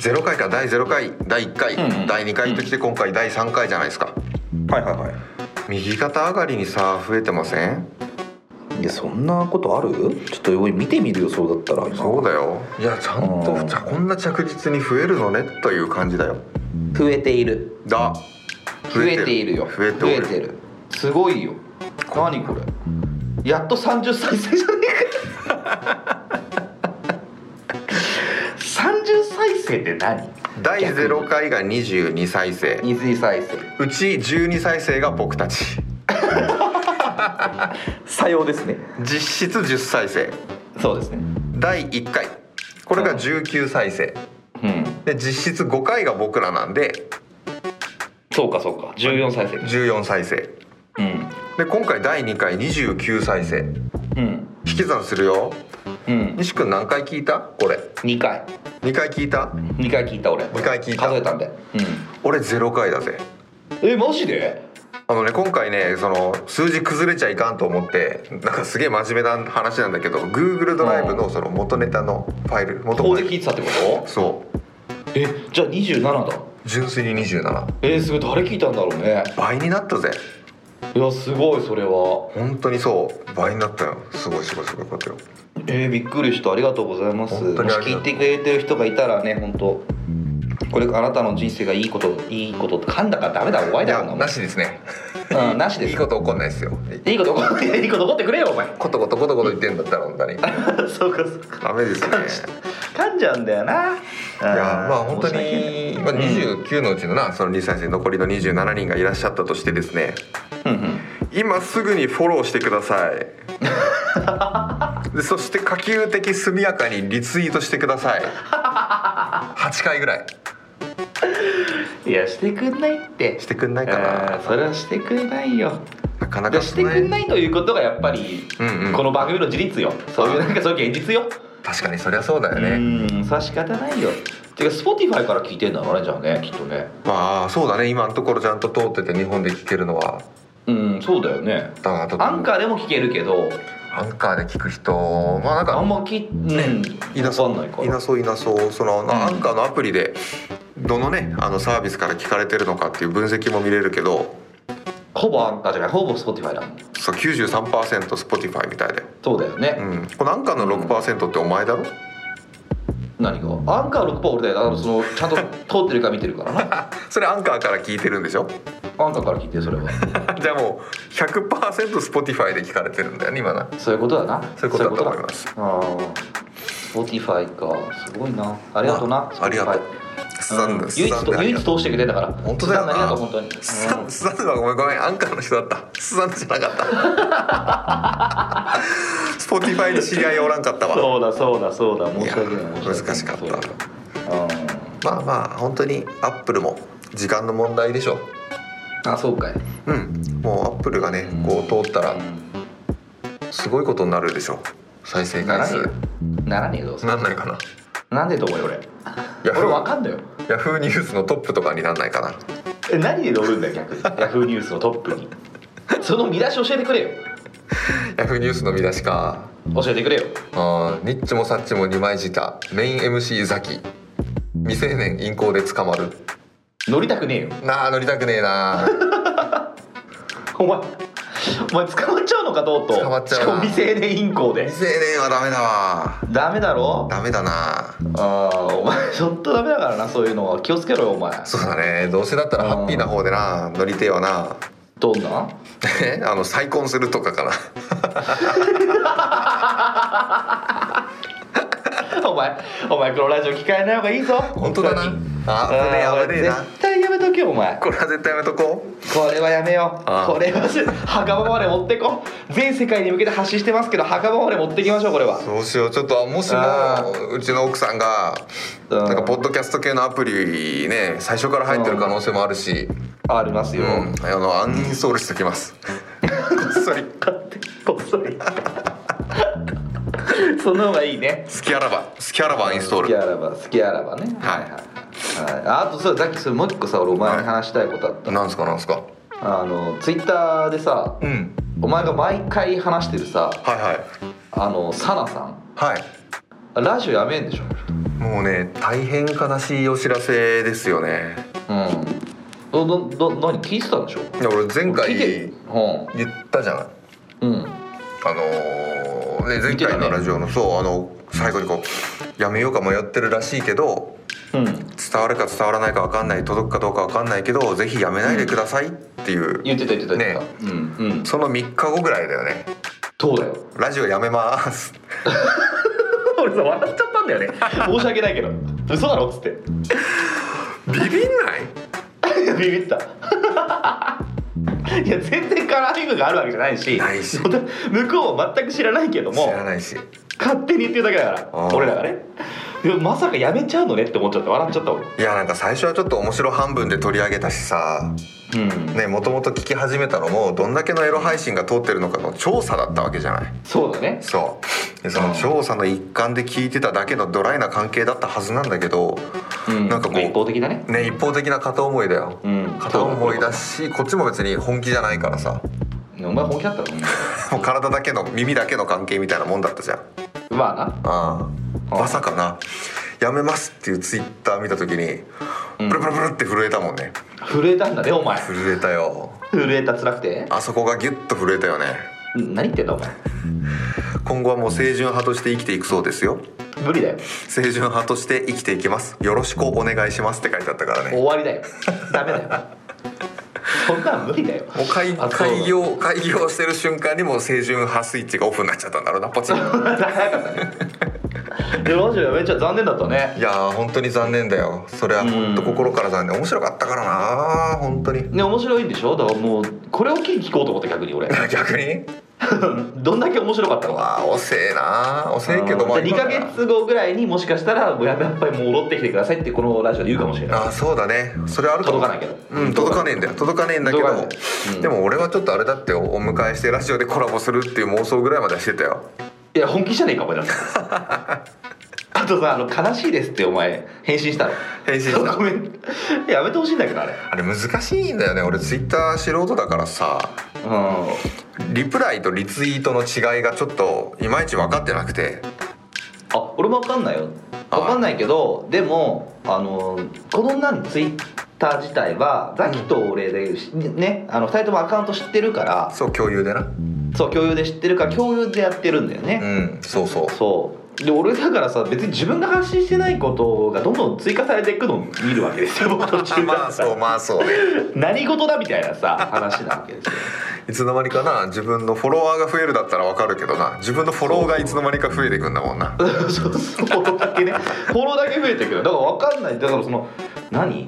[SPEAKER 1] 0回から第0回第1回、
[SPEAKER 2] うんうん
[SPEAKER 1] 第2回ときて今回第3回じゃないですか
[SPEAKER 2] はいはいはい
[SPEAKER 1] 右肩上がりにさ増えてません
[SPEAKER 2] いやそんなことあるちょっと見てみるよそうだったら
[SPEAKER 1] そうだよいやちゃんと
[SPEAKER 2] うん
[SPEAKER 1] じゃこんな着実に増えるのねという感じだよ
[SPEAKER 2] 増えている
[SPEAKER 1] だ
[SPEAKER 2] 増えているよ
[SPEAKER 1] 増えておる
[SPEAKER 2] るすごいよ何これやっと30再生じゃね えか30再生って何
[SPEAKER 1] 第
[SPEAKER 2] 逆に
[SPEAKER 1] 0回が22再生
[SPEAKER 2] 20再生
[SPEAKER 1] うち12再生が僕たち
[SPEAKER 2] さようですね
[SPEAKER 1] 実質10再生
[SPEAKER 2] そうですね
[SPEAKER 1] 第1回これが19再生、
[SPEAKER 2] うん
[SPEAKER 1] で実質5回が僕らなんで
[SPEAKER 2] そうかそうか14再生
[SPEAKER 1] 14再生
[SPEAKER 2] うん
[SPEAKER 1] で今回第2回29再生
[SPEAKER 2] うん
[SPEAKER 1] 引き算するよ
[SPEAKER 2] うん
[SPEAKER 1] 西君何回聞いたこれ
[SPEAKER 2] 2回
[SPEAKER 1] 2回聞いた
[SPEAKER 2] 2回聞いた俺
[SPEAKER 1] 二回聞いた
[SPEAKER 2] 数えたんで
[SPEAKER 1] 俺0回だぜ
[SPEAKER 2] うんえマジで
[SPEAKER 1] あのね今回ねその数字崩れちゃいかんと思ってなんかすげえ真面目な話なんだけど Google ドライブのその元ネタのファイル元
[SPEAKER 2] ここ
[SPEAKER 1] フ
[SPEAKER 2] で
[SPEAKER 1] ァイ
[SPEAKER 2] 聞い
[SPEAKER 1] ル
[SPEAKER 2] てたってこと
[SPEAKER 1] そう
[SPEAKER 2] えじゃあ27だ
[SPEAKER 1] 純粋に27
[SPEAKER 2] えー、すごい誰聞いたんだろうね
[SPEAKER 1] 倍になったぜ
[SPEAKER 2] いやすごいそれは
[SPEAKER 1] 本当にそう倍になったよすごいすごいすごいことよ
[SPEAKER 2] えー、びっくりしたありがとうございます
[SPEAKER 1] 本当
[SPEAKER 2] も
[SPEAKER 1] に
[SPEAKER 2] し
[SPEAKER 1] ありがと
[SPEAKER 2] 聞
[SPEAKER 1] う
[SPEAKER 2] いてくれてる人がいたらね本当これあなたの人生がいいこといいこと噛んだからダメだ終わり
[SPEAKER 1] い
[SPEAKER 2] だ
[SPEAKER 1] や
[SPEAKER 2] もん
[SPEAKER 1] なしですね
[SPEAKER 2] うんなしで
[SPEAKER 1] いい
[SPEAKER 2] す
[SPEAKER 1] こと起こんないですよ
[SPEAKER 2] いいこと怒っていいこと怒ってくれよ お前
[SPEAKER 1] ことことことこと言ってんだったら本当に
[SPEAKER 2] そうかそうか
[SPEAKER 1] ダメですね
[SPEAKER 2] 噛んじゃうんだよない
[SPEAKER 1] いやまあ本当
[SPEAKER 2] 申し訳ない
[SPEAKER 1] に、まあ、29のうちのなその2歳生残りの27人がいらっしゃったとしてですね
[SPEAKER 2] うんうん
[SPEAKER 1] 今すぐにフォローしてくださいでそして可及的速やかにリツイートしてください8回ぐらい
[SPEAKER 2] いやしてくんないって
[SPEAKER 1] してくんないか
[SPEAKER 2] あ
[SPEAKER 1] な
[SPEAKER 2] ーそれはしてくれないよ
[SPEAKER 1] なかなか
[SPEAKER 2] 出してくんないということがやっぱり、
[SPEAKER 1] うんうん
[SPEAKER 2] この番組の自立よそういうなんかそういう現実よ、
[SPEAKER 1] 確かにそりゃそうだよね、
[SPEAKER 2] うんそれは仕方ないよてか Spotify から聞いてんだろうねじゃあねきっとね
[SPEAKER 1] まあそうだね今のところちゃんと通ってて日本で聴けるのは
[SPEAKER 2] うんそうだよね
[SPEAKER 1] だなと
[SPEAKER 2] アンカーでも聞けるけど
[SPEAKER 1] アンカーで聴く人まあなん
[SPEAKER 2] あ
[SPEAKER 1] か
[SPEAKER 2] んまきね
[SPEAKER 1] いなそう
[SPEAKER 2] わかんないか
[SPEAKER 1] い
[SPEAKER 2] ら
[SPEAKER 1] なそういなそうその、
[SPEAKER 2] ん
[SPEAKER 1] アンカーのアプリでどのねあのサービスから聞かれてるのかっていう分析も見れるけど
[SPEAKER 2] ほぼアンカーじゃないほぼ Spotify だもん
[SPEAKER 1] そう 93%Spotify みたいで、
[SPEAKER 2] そうだよね、
[SPEAKER 1] うん、このアンカーの6%ってお前だろ、
[SPEAKER 2] 何がアンカー6%俺だよだからそのちゃんと通ってるか見てるからな
[SPEAKER 1] それアンカーから聞いてるんでしょ
[SPEAKER 2] アンカーから聞いてそれは
[SPEAKER 1] じゃあもう 100%Spotify で聞かれてるんだよね今な
[SPEAKER 2] そういうことだな
[SPEAKER 1] そういうことだと思います
[SPEAKER 2] ああ Spotify かすごいなありがとうな、
[SPEAKER 1] まあありがとう
[SPEAKER 2] Spotify
[SPEAKER 1] スタン
[SPEAKER 2] う
[SPEAKER 1] ド
[SPEAKER 2] ん
[SPEAKER 1] ス
[SPEAKER 2] 唯
[SPEAKER 1] タ
[SPEAKER 2] 一
[SPEAKER 1] ンド
[SPEAKER 2] と
[SPEAKER 1] あり
[SPEAKER 2] 唯一
[SPEAKER 1] がとう
[SPEAKER 2] 通してくれたから
[SPEAKER 1] 本当だよな
[SPEAKER 2] スタンドありがとう本当に、
[SPEAKER 1] スタン
[SPEAKER 2] う
[SPEAKER 1] スタンドはごめんごめんアンカーの人だったスタンドじゃなかった Spotify に知り合いおらんかった
[SPEAKER 2] ん
[SPEAKER 1] わ
[SPEAKER 2] そうだそうだそうだ申し訳ない申
[SPEAKER 1] いや
[SPEAKER 2] 訳ない
[SPEAKER 1] 難しかった
[SPEAKER 2] そうだ
[SPEAKER 1] まあまあ本当にアップルも時間の問題でしょ
[SPEAKER 2] うんあそうかい
[SPEAKER 1] うんもうアップルがねこう通ったらすごいことになるでしょ再生
[SPEAKER 2] なら
[SPEAKER 1] 回
[SPEAKER 2] ね
[SPEAKER 1] 数
[SPEAKER 2] えならねえぞ
[SPEAKER 1] なんないかな
[SPEAKER 2] なんでと思うよ俺
[SPEAKER 1] ヤフ
[SPEAKER 2] 俺わ
[SPEAKER 1] ー
[SPEAKER 2] かんだよ
[SPEAKER 1] ヤフーニュースのトップとかになんないかな
[SPEAKER 2] え何で乗るんだよ逆にヤフーニュースのトップにその見出し教えてくれよ
[SPEAKER 1] ヤフーニュースの見出しか
[SPEAKER 2] 教えてくれよ
[SPEAKER 1] あーニッチもサッチも二枚舌メイン MC ザキ未成年銀行で捕まる
[SPEAKER 2] 乗りたくねえよ
[SPEAKER 1] なあ乗りたくねえ な
[SPEAKER 2] お前お前捕まっちゃうのかとうとう
[SPEAKER 1] 捕まっちゃうな
[SPEAKER 2] しかも未成年インコで
[SPEAKER 1] 未成年はダメだわ
[SPEAKER 2] ダメだろ
[SPEAKER 1] ダメだな
[SPEAKER 2] ああお前ちょっとダメだからなそういうのは気をつけろよお前
[SPEAKER 1] そうだねどうせだったらハッピーな方でな乗りてえわな
[SPEAKER 2] どんな
[SPEAKER 1] えあの再婚するとかかな
[SPEAKER 2] お前お前このラジオ聞かれない方がいいぞ
[SPEAKER 1] 本当だな
[SPEAKER 2] に
[SPEAKER 1] あ
[SPEAKER 2] あー
[SPEAKER 1] 危ねえ危ねえな
[SPEAKER 2] 絶対やめとけよお前こ
[SPEAKER 1] これは絶対やめとこう
[SPEAKER 2] れはやめよう
[SPEAKER 1] あー
[SPEAKER 2] これはし墓場まで持ってこ全世界に向けて発信してますけど墓場まで持ってきましょうこれは
[SPEAKER 1] どうしようちょっともし
[SPEAKER 2] あ
[SPEAKER 1] もうちの奥さんが
[SPEAKER 2] うん
[SPEAKER 1] なんかポッドキャスト系のアプリね最初から入ってる可能性もあるし、
[SPEAKER 2] あります
[SPEAKER 1] う
[SPEAKER 2] よ、
[SPEAKER 1] ん、あのアンインストールしてきます、こっそり
[SPEAKER 2] 買ってこっそり その方がいいね
[SPEAKER 1] スキャラバスキャラバアンインストー
[SPEAKER 2] 好き
[SPEAKER 1] ル
[SPEAKER 2] あらば好きあらばね
[SPEAKER 1] はい
[SPEAKER 2] はい、はい、ああとそうさっきそれもう一個さ俺お前に話したいことあった、
[SPEAKER 1] なんすかなんすか
[SPEAKER 2] あのツイッターでさ
[SPEAKER 1] うん
[SPEAKER 2] お前が毎回話してるさ
[SPEAKER 1] はいはい
[SPEAKER 2] あのサナさん
[SPEAKER 1] はい
[SPEAKER 2] ラジオやめんでしょ
[SPEAKER 1] もうね大変悲しいお知らせですよね
[SPEAKER 2] うんどどど何聞いてたんでしょ
[SPEAKER 1] いや俺前
[SPEAKER 2] 聞
[SPEAKER 1] 回
[SPEAKER 2] いて
[SPEAKER 1] 言
[SPEAKER 2] う
[SPEAKER 1] ったじゃない
[SPEAKER 2] んうん
[SPEAKER 1] あのーね、前回のラジオの、そうあの最後にこうやめようか迷ってるらしいけど
[SPEAKER 2] うん
[SPEAKER 1] 伝わるか伝わらないか分かんない届くかどうか分かんないけどぜひやめないでくださいっていう、
[SPEAKER 2] 言ってた言ってた言ってた、
[SPEAKER 1] ね
[SPEAKER 2] うんうん
[SPEAKER 1] その3日後ぐらいだよね
[SPEAKER 2] そう だよ
[SPEAKER 1] ラジオやめます
[SPEAKER 2] 俺さ笑っちゃったんだよね申し訳ないけど嘘だろっつって
[SPEAKER 1] ビビんない
[SPEAKER 2] ビビった いや全然カラーリングがあるわけじゃないし
[SPEAKER 1] ないし
[SPEAKER 2] 向こうは全く知らないけども
[SPEAKER 1] 知らないし
[SPEAKER 2] 勝手に言ってるだけだか
[SPEAKER 1] あ
[SPEAKER 2] ら
[SPEAKER 1] ー
[SPEAKER 2] 俺らがねでもまさかやめちゃうのねって思っちゃって笑っちゃった俺
[SPEAKER 1] いやなんか最初はちょっと面白半分で取り上げたしさ
[SPEAKER 2] うん
[SPEAKER 1] ねもともと聞き始めたのもどんだけのエロ配信が通ってるのかの調査だったわけじゃない
[SPEAKER 2] そうだね
[SPEAKER 1] そうでそ
[SPEAKER 2] うん
[SPEAKER 1] の調査の一環で聞いてただけのドライな関係だったはずなんだけど
[SPEAKER 2] うん
[SPEAKER 1] なんかこう
[SPEAKER 2] 一方的だね
[SPEAKER 1] ね一方的な片思いだよ、
[SPEAKER 2] うん
[SPEAKER 1] 片思いだしこっちも別に本気じゃないからさ
[SPEAKER 2] お前本気だったの
[SPEAKER 1] もう体だけの耳だけの関係みたいなもんだったじゃん
[SPEAKER 2] まあな
[SPEAKER 1] ああ
[SPEAKER 2] あ
[SPEAKER 1] まさかな「やめます」っていうツイッター見た時にブルブルブルって震えたもんね
[SPEAKER 2] 震えたんだねお前
[SPEAKER 1] 震えたよ
[SPEAKER 2] 震えた辛くて
[SPEAKER 1] あそこがギュッと震えたよね
[SPEAKER 2] ん何言ってんだお前
[SPEAKER 1] 今後はもう清純派として生きていくそうですよ
[SPEAKER 2] 無理だよ
[SPEAKER 1] 清純派として生きていきますよろしくお願いしますって書いてあったからね
[SPEAKER 2] 終わりだよダメだよそんなん無理だよ
[SPEAKER 1] もう開
[SPEAKER 2] あそうだ
[SPEAKER 1] 開業開業してる瞬間にもう清純派スイッチがオフになっちゃったんだろうなポチ ン
[SPEAKER 2] 早かったねでラジオやめちゃ残念だった
[SPEAKER 1] い
[SPEAKER 2] ね
[SPEAKER 1] やー本当に残念だよそれは本当心から残念面白かったからな本当に
[SPEAKER 2] ね面白いんでしょだからもうこれを機に聞こうと思った逆に俺
[SPEAKER 1] 逆に
[SPEAKER 2] どんだけ面白かった
[SPEAKER 1] う
[SPEAKER 2] のか
[SPEAKER 1] わー遅えな遅えけどまあ
[SPEAKER 2] 2か月後ぐらいにもしかしたら「やっぱり戻ってきてください」ってこのラジオで言うかもしれない
[SPEAKER 1] あーそうだねそれあると
[SPEAKER 2] 届
[SPEAKER 1] 思う
[SPEAKER 2] かないけど
[SPEAKER 1] うん届かねえんだよ届かねえんだけど、
[SPEAKER 2] 届かねえうん
[SPEAKER 1] でも俺はちょっとあれだっておお迎えしてラジオでコラボするっていう妄想ぐらいまではしてたよ
[SPEAKER 2] いや本気じゃねえかお前 だってあとさあの「悲しいです」ってお前返信したの
[SPEAKER 1] 返信した
[SPEAKER 2] ごめんやめてほしいんだけどあれ
[SPEAKER 1] あれ難しいんだよね俺ツイッター素人だからさ
[SPEAKER 2] うん
[SPEAKER 1] リプライとリツイートの違いがちょっといまいち分かってなくて
[SPEAKER 2] あ俺も分かんないよ分かんないけどでもあのこの何ツイッター自体はザキと俺でねあの2人ともアカウント知ってるから
[SPEAKER 1] そう共有でな
[SPEAKER 2] そう共有で知ってるから共有でやってるんだよね、
[SPEAKER 1] うんそうそう
[SPEAKER 2] そうで俺だからさ別に自分が発信してないことがどんどん追加されていくのを見るわけですよ僕途 中
[SPEAKER 1] ま
[SPEAKER 2] か
[SPEAKER 1] あ
[SPEAKER 2] ら
[SPEAKER 1] そう
[SPEAKER 2] さ
[SPEAKER 1] まあそうね
[SPEAKER 2] 何事だみたいなさ話なわけですよ
[SPEAKER 1] いつの間にかな自分のフォロワーが増えるだったら分かるけどな自分のフォローがいつの間にか増えていくんだもんな
[SPEAKER 2] そうそうフォローだけねフォローだけ増えてくるだから分かんないだからその何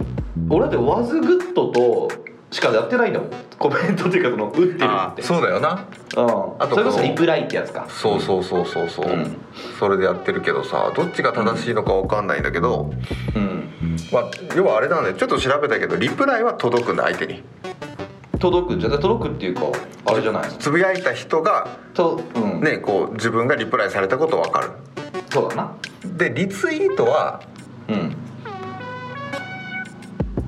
[SPEAKER 2] 俺だってワズグッドとしかやってないんだもんコメントっていうかその打ってる
[SPEAKER 1] あ
[SPEAKER 2] って
[SPEAKER 1] そうだよな
[SPEAKER 2] うん、
[SPEAKER 1] あと
[SPEAKER 2] それこ
[SPEAKER 1] こ
[SPEAKER 2] そ
[SPEAKER 1] の
[SPEAKER 2] リプライってやつか
[SPEAKER 1] そうそうそうそうそう、
[SPEAKER 2] うん
[SPEAKER 1] それでやってるけどさどっちが正しいのか分かんないんだけど、
[SPEAKER 2] うん
[SPEAKER 1] まあ、要はあれなんでちょっと調べたけどリプライは届くんだ相手に
[SPEAKER 2] 届くじゃ届くっていうかあれじゃない
[SPEAKER 1] つぶやいた人が
[SPEAKER 2] とうん、
[SPEAKER 1] ねこう自分がリプライされたこと分かる
[SPEAKER 2] そうだな
[SPEAKER 1] でリツイートは
[SPEAKER 2] うん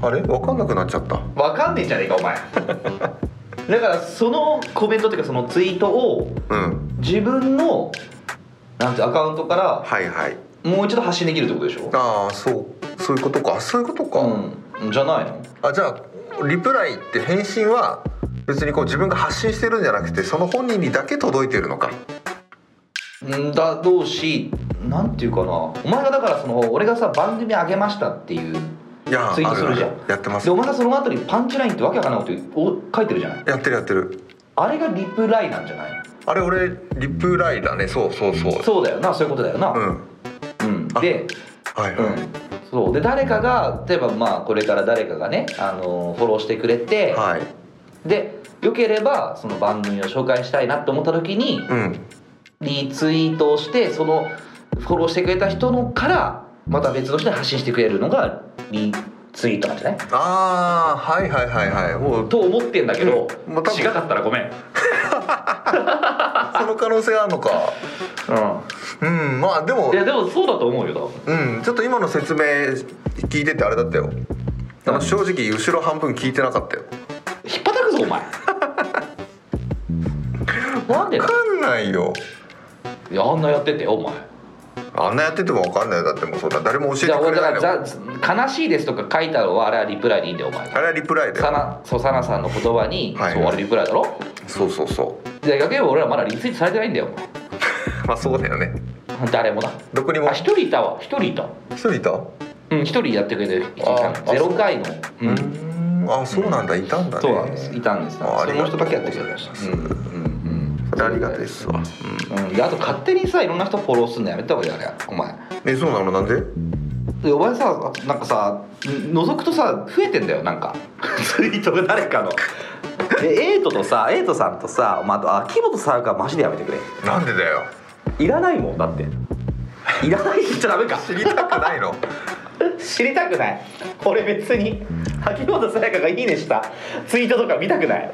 [SPEAKER 1] あれ分かんなくなっちゃった
[SPEAKER 2] わかんねえじゃねえかお前 だからそのコメントっていうかそのツイートを
[SPEAKER 1] うん
[SPEAKER 2] 自分のなんてアカウントから
[SPEAKER 1] はいはい
[SPEAKER 2] もう一度発信できるってことでしょ
[SPEAKER 1] ああそうそういうことかそういうことか、
[SPEAKER 2] うんじゃないの
[SPEAKER 1] あじゃあリプライって返信は別にこう自分が発信してるんじゃなくてその本人にだけ届いてるのか
[SPEAKER 2] うんだろうしなんていうかなお前がだからその俺がさ番組上げましたっていう
[SPEAKER 1] いや
[SPEAKER 2] ツイートするじゃん
[SPEAKER 1] ああやってます
[SPEAKER 2] で
[SPEAKER 1] や
[SPEAKER 2] お前がその後にパンチラインってわけわかんないことを書いてるじゃない
[SPEAKER 1] ってるやってる
[SPEAKER 2] あれがリプライなんじゃない
[SPEAKER 1] あれ俺リプライだねそうそうそう
[SPEAKER 2] そうだよなそういうことだよな
[SPEAKER 1] うん
[SPEAKER 2] うん
[SPEAKER 1] あ
[SPEAKER 2] で
[SPEAKER 1] はいはい、
[SPEAKER 2] うん、そうで誰かが例えばまあこれから誰かがね、あのーフォローしてくれて、
[SPEAKER 1] はい
[SPEAKER 2] でよければその番組を紹介したいなって思った時に
[SPEAKER 1] うん
[SPEAKER 2] リツイートをしてそのフォローしてくれた人のからまた別の人に発信してくれるのがリツイートなんじゃない
[SPEAKER 1] ああはいはいはいはいもう
[SPEAKER 2] と思ってんだけど、
[SPEAKER 1] うんもう多分
[SPEAKER 2] 違かったらごめん、うん、
[SPEAKER 1] その可能性あるのかうんまあでも
[SPEAKER 2] いやでもそうだと思うよ多分
[SPEAKER 1] うんちょっと今の説明聞いててあれだったよあの
[SPEAKER 2] 何
[SPEAKER 1] 正直後ろ半分聞いてなかったよ
[SPEAKER 2] 引っ叩くぞお前 なんでだ
[SPEAKER 1] 分かんないよ
[SPEAKER 2] いやあんなやっててよお前
[SPEAKER 1] あんなやってても分かんないよだってもうそんな誰も教え
[SPEAKER 2] じゃあ
[SPEAKER 1] てく
[SPEAKER 2] 俺
[SPEAKER 1] れ
[SPEAKER 2] だ
[SPEAKER 1] ない
[SPEAKER 2] から
[SPEAKER 1] の
[SPEAKER 2] ざ悲しいですとか書いたのはあれはリプライでいいんだよお前
[SPEAKER 1] あ
[SPEAKER 2] が
[SPEAKER 1] れはリプライだ
[SPEAKER 2] サ
[SPEAKER 1] よ
[SPEAKER 2] ナそうサナさんの言葉に、
[SPEAKER 1] はい
[SPEAKER 2] そうあれリプライだろ
[SPEAKER 1] そうそうそう
[SPEAKER 2] じゃあ逆に俺らまだリツイートされてないんだよ
[SPEAKER 1] まあそうだよね
[SPEAKER 2] お前誰もな
[SPEAKER 1] どこにも
[SPEAKER 2] あ一人いたわ一人いた
[SPEAKER 1] 一人いた
[SPEAKER 2] うん一人やってくれてる人いた
[SPEAKER 1] あ
[SPEAKER 2] のゼロ回のう
[SPEAKER 1] うんんあそうなんだいたんだね
[SPEAKER 2] そうなんですいたんですそ
[SPEAKER 1] あありが
[SPEAKER 2] の人
[SPEAKER 1] とう
[SPEAKER 2] だけやってくれましたうんうんうん
[SPEAKER 1] ありがたいっすわうん
[SPEAKER 2] うん、であと勝手にさいろんな人フォローするのやめた方がいいよあれお前
[SPEAKER 1] えそうなのなんで
[SPEAKER 2] でお前さなんかさ覗くとさ増えてんだよなんか ツイートが誰かのえエイトとさエイトさんとさ、まあ、あと秋元さんがマジでやめてくれ
[SPEAKER 1] なんでだよ
[SPEAKER 2] いらないもんだっていらないって言っちゃダメか
[SPEAKER 1] 知りたくないの
[SPEAKER 2] 知りたくない俺別に秋元さやかがいいねしたツイートとか見たくない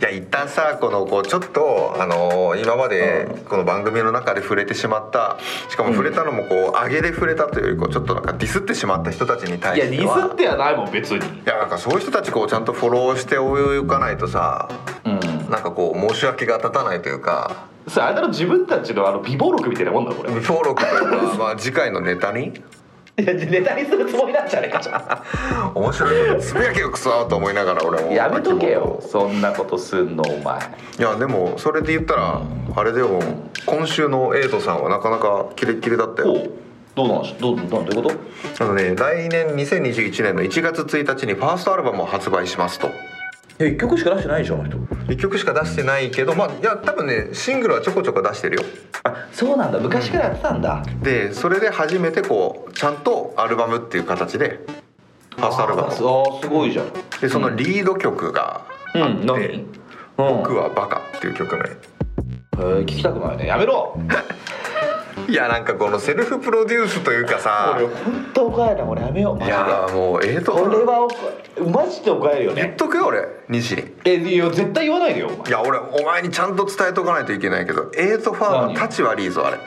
[SPEAKER 1] いや一旦さこのこうちょっとあのー今までこの番組の中で触れてしまったしかも触れたのもこう、上げで触れたというよりこうちょっとなんかディスってしまった人たちに対
[SPEAKER 2] い
[SPEAKER 1] し
[SPEAKER 2] や
[SPEAKER 1] てはい
[SPEAKER 2] ディスってはないもん別に
[SPEAKER 1] いやなんかそういう人たちこうちゃんとフォローしておかないとさ
[SPEAKER 2] うん
[SPEAKER 1] なんかこう申し訳が立たないというか
[SPEAKER 2] それあれだろ自分たちのあの美貌録みたいなもんだこれい
[SPEAKER 1] 未登録という かまあ次回のネタに
[SPEAKER 2] やネタにするつもりなんじゃねえかじゃあ
[SPEAKER 1] 面白いことつぶやけよくそと思いながら俺も
[SPEAKER 2] やめとけよそんなことすんのお前
[SPEAKER 1] いやでもそれで言ったらあれでも今週のエイトさんはなかなかキレッキレだったよ
[SPEAKER 2] うどうなんしどうどうどういうこと
[SPEAKER 1] あのね来年2021年の1月1日にファーストアルバムを発売しますと
[SPEAKER 2] いや1曲しか出してないでしょあの人
[SPEAKER 1] 1曲しか出してないけどまあいや多分ねシングルはちょこちょこ出してるよ
[SPEAKER 2] あそうなんだ昔からやってたんだ、
[SPEAKER 1] でそれで初めてこうちゃんとアルバムっていう形でファーストアルバ
[SPEAKER 2] あ
[SPEAKER 1] ムを
[SPEAKER 2] そうすごいじゃん
[SPEAKER 1] でそのリード曲が
[SPEAKER 2] うん何
[SPEAKER 1] で僕はバカ」っていう曲名
[SPEAKER 2] えー聞きたくないねやめろ
[SPEAKER 1] いやなんかこのセルフプロデュースというかさ
[SPEAKER 2] 俺本当おかえりな俺やめようマ
[SPEAKER 1] い
[SPEAKER 2] ジで
[SPEAKER 1] やーもうええと
[SPEAKER 2] こ
[SPEAKER 1] こ
[SPEAKER 2] れはおかマジでおかえりよ
[SPEAKER 1] 言っ
[SPEAKER 2] ね
[SPEAKER 1] とくよ俺西に
[SPEAKER 2] えいや絶対言わないでよお前
[SPEAKER 1] いや俺お前にちゃんと伝えとかないといけないけどエイトファンは
[SPEAKER 2] 何
[SPEAKER 1] 立ち悪いぞあれ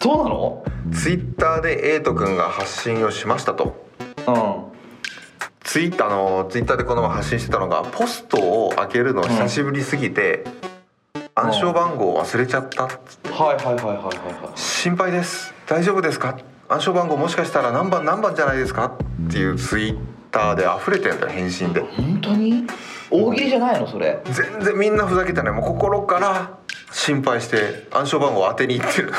[SPEAKER 2] そうなの
[SPEAKER 1] ツイッターでエイト君が発信をしましたと
[SPEAKER 2] うん
[SPEAKER 1] ツイッターのツイッターでこの前発信してたのがポストを開けるの久しぶりすぎて、暗証番号忘れちゃった
[SPEAKER 2] はいはいはいはいはいはい
[SPEAKER 1] 心配です大丈夫ですか暗証番号もしかしたら何番何番じゃないですかっていうツイッターで溢れてんだよ返信で
[SPEAKER 2] 本当に大喜利じゃないのそれ
[SPEAKER 1] 全然みんなふざけてないもう心から心配して暗証番号を当てにいってる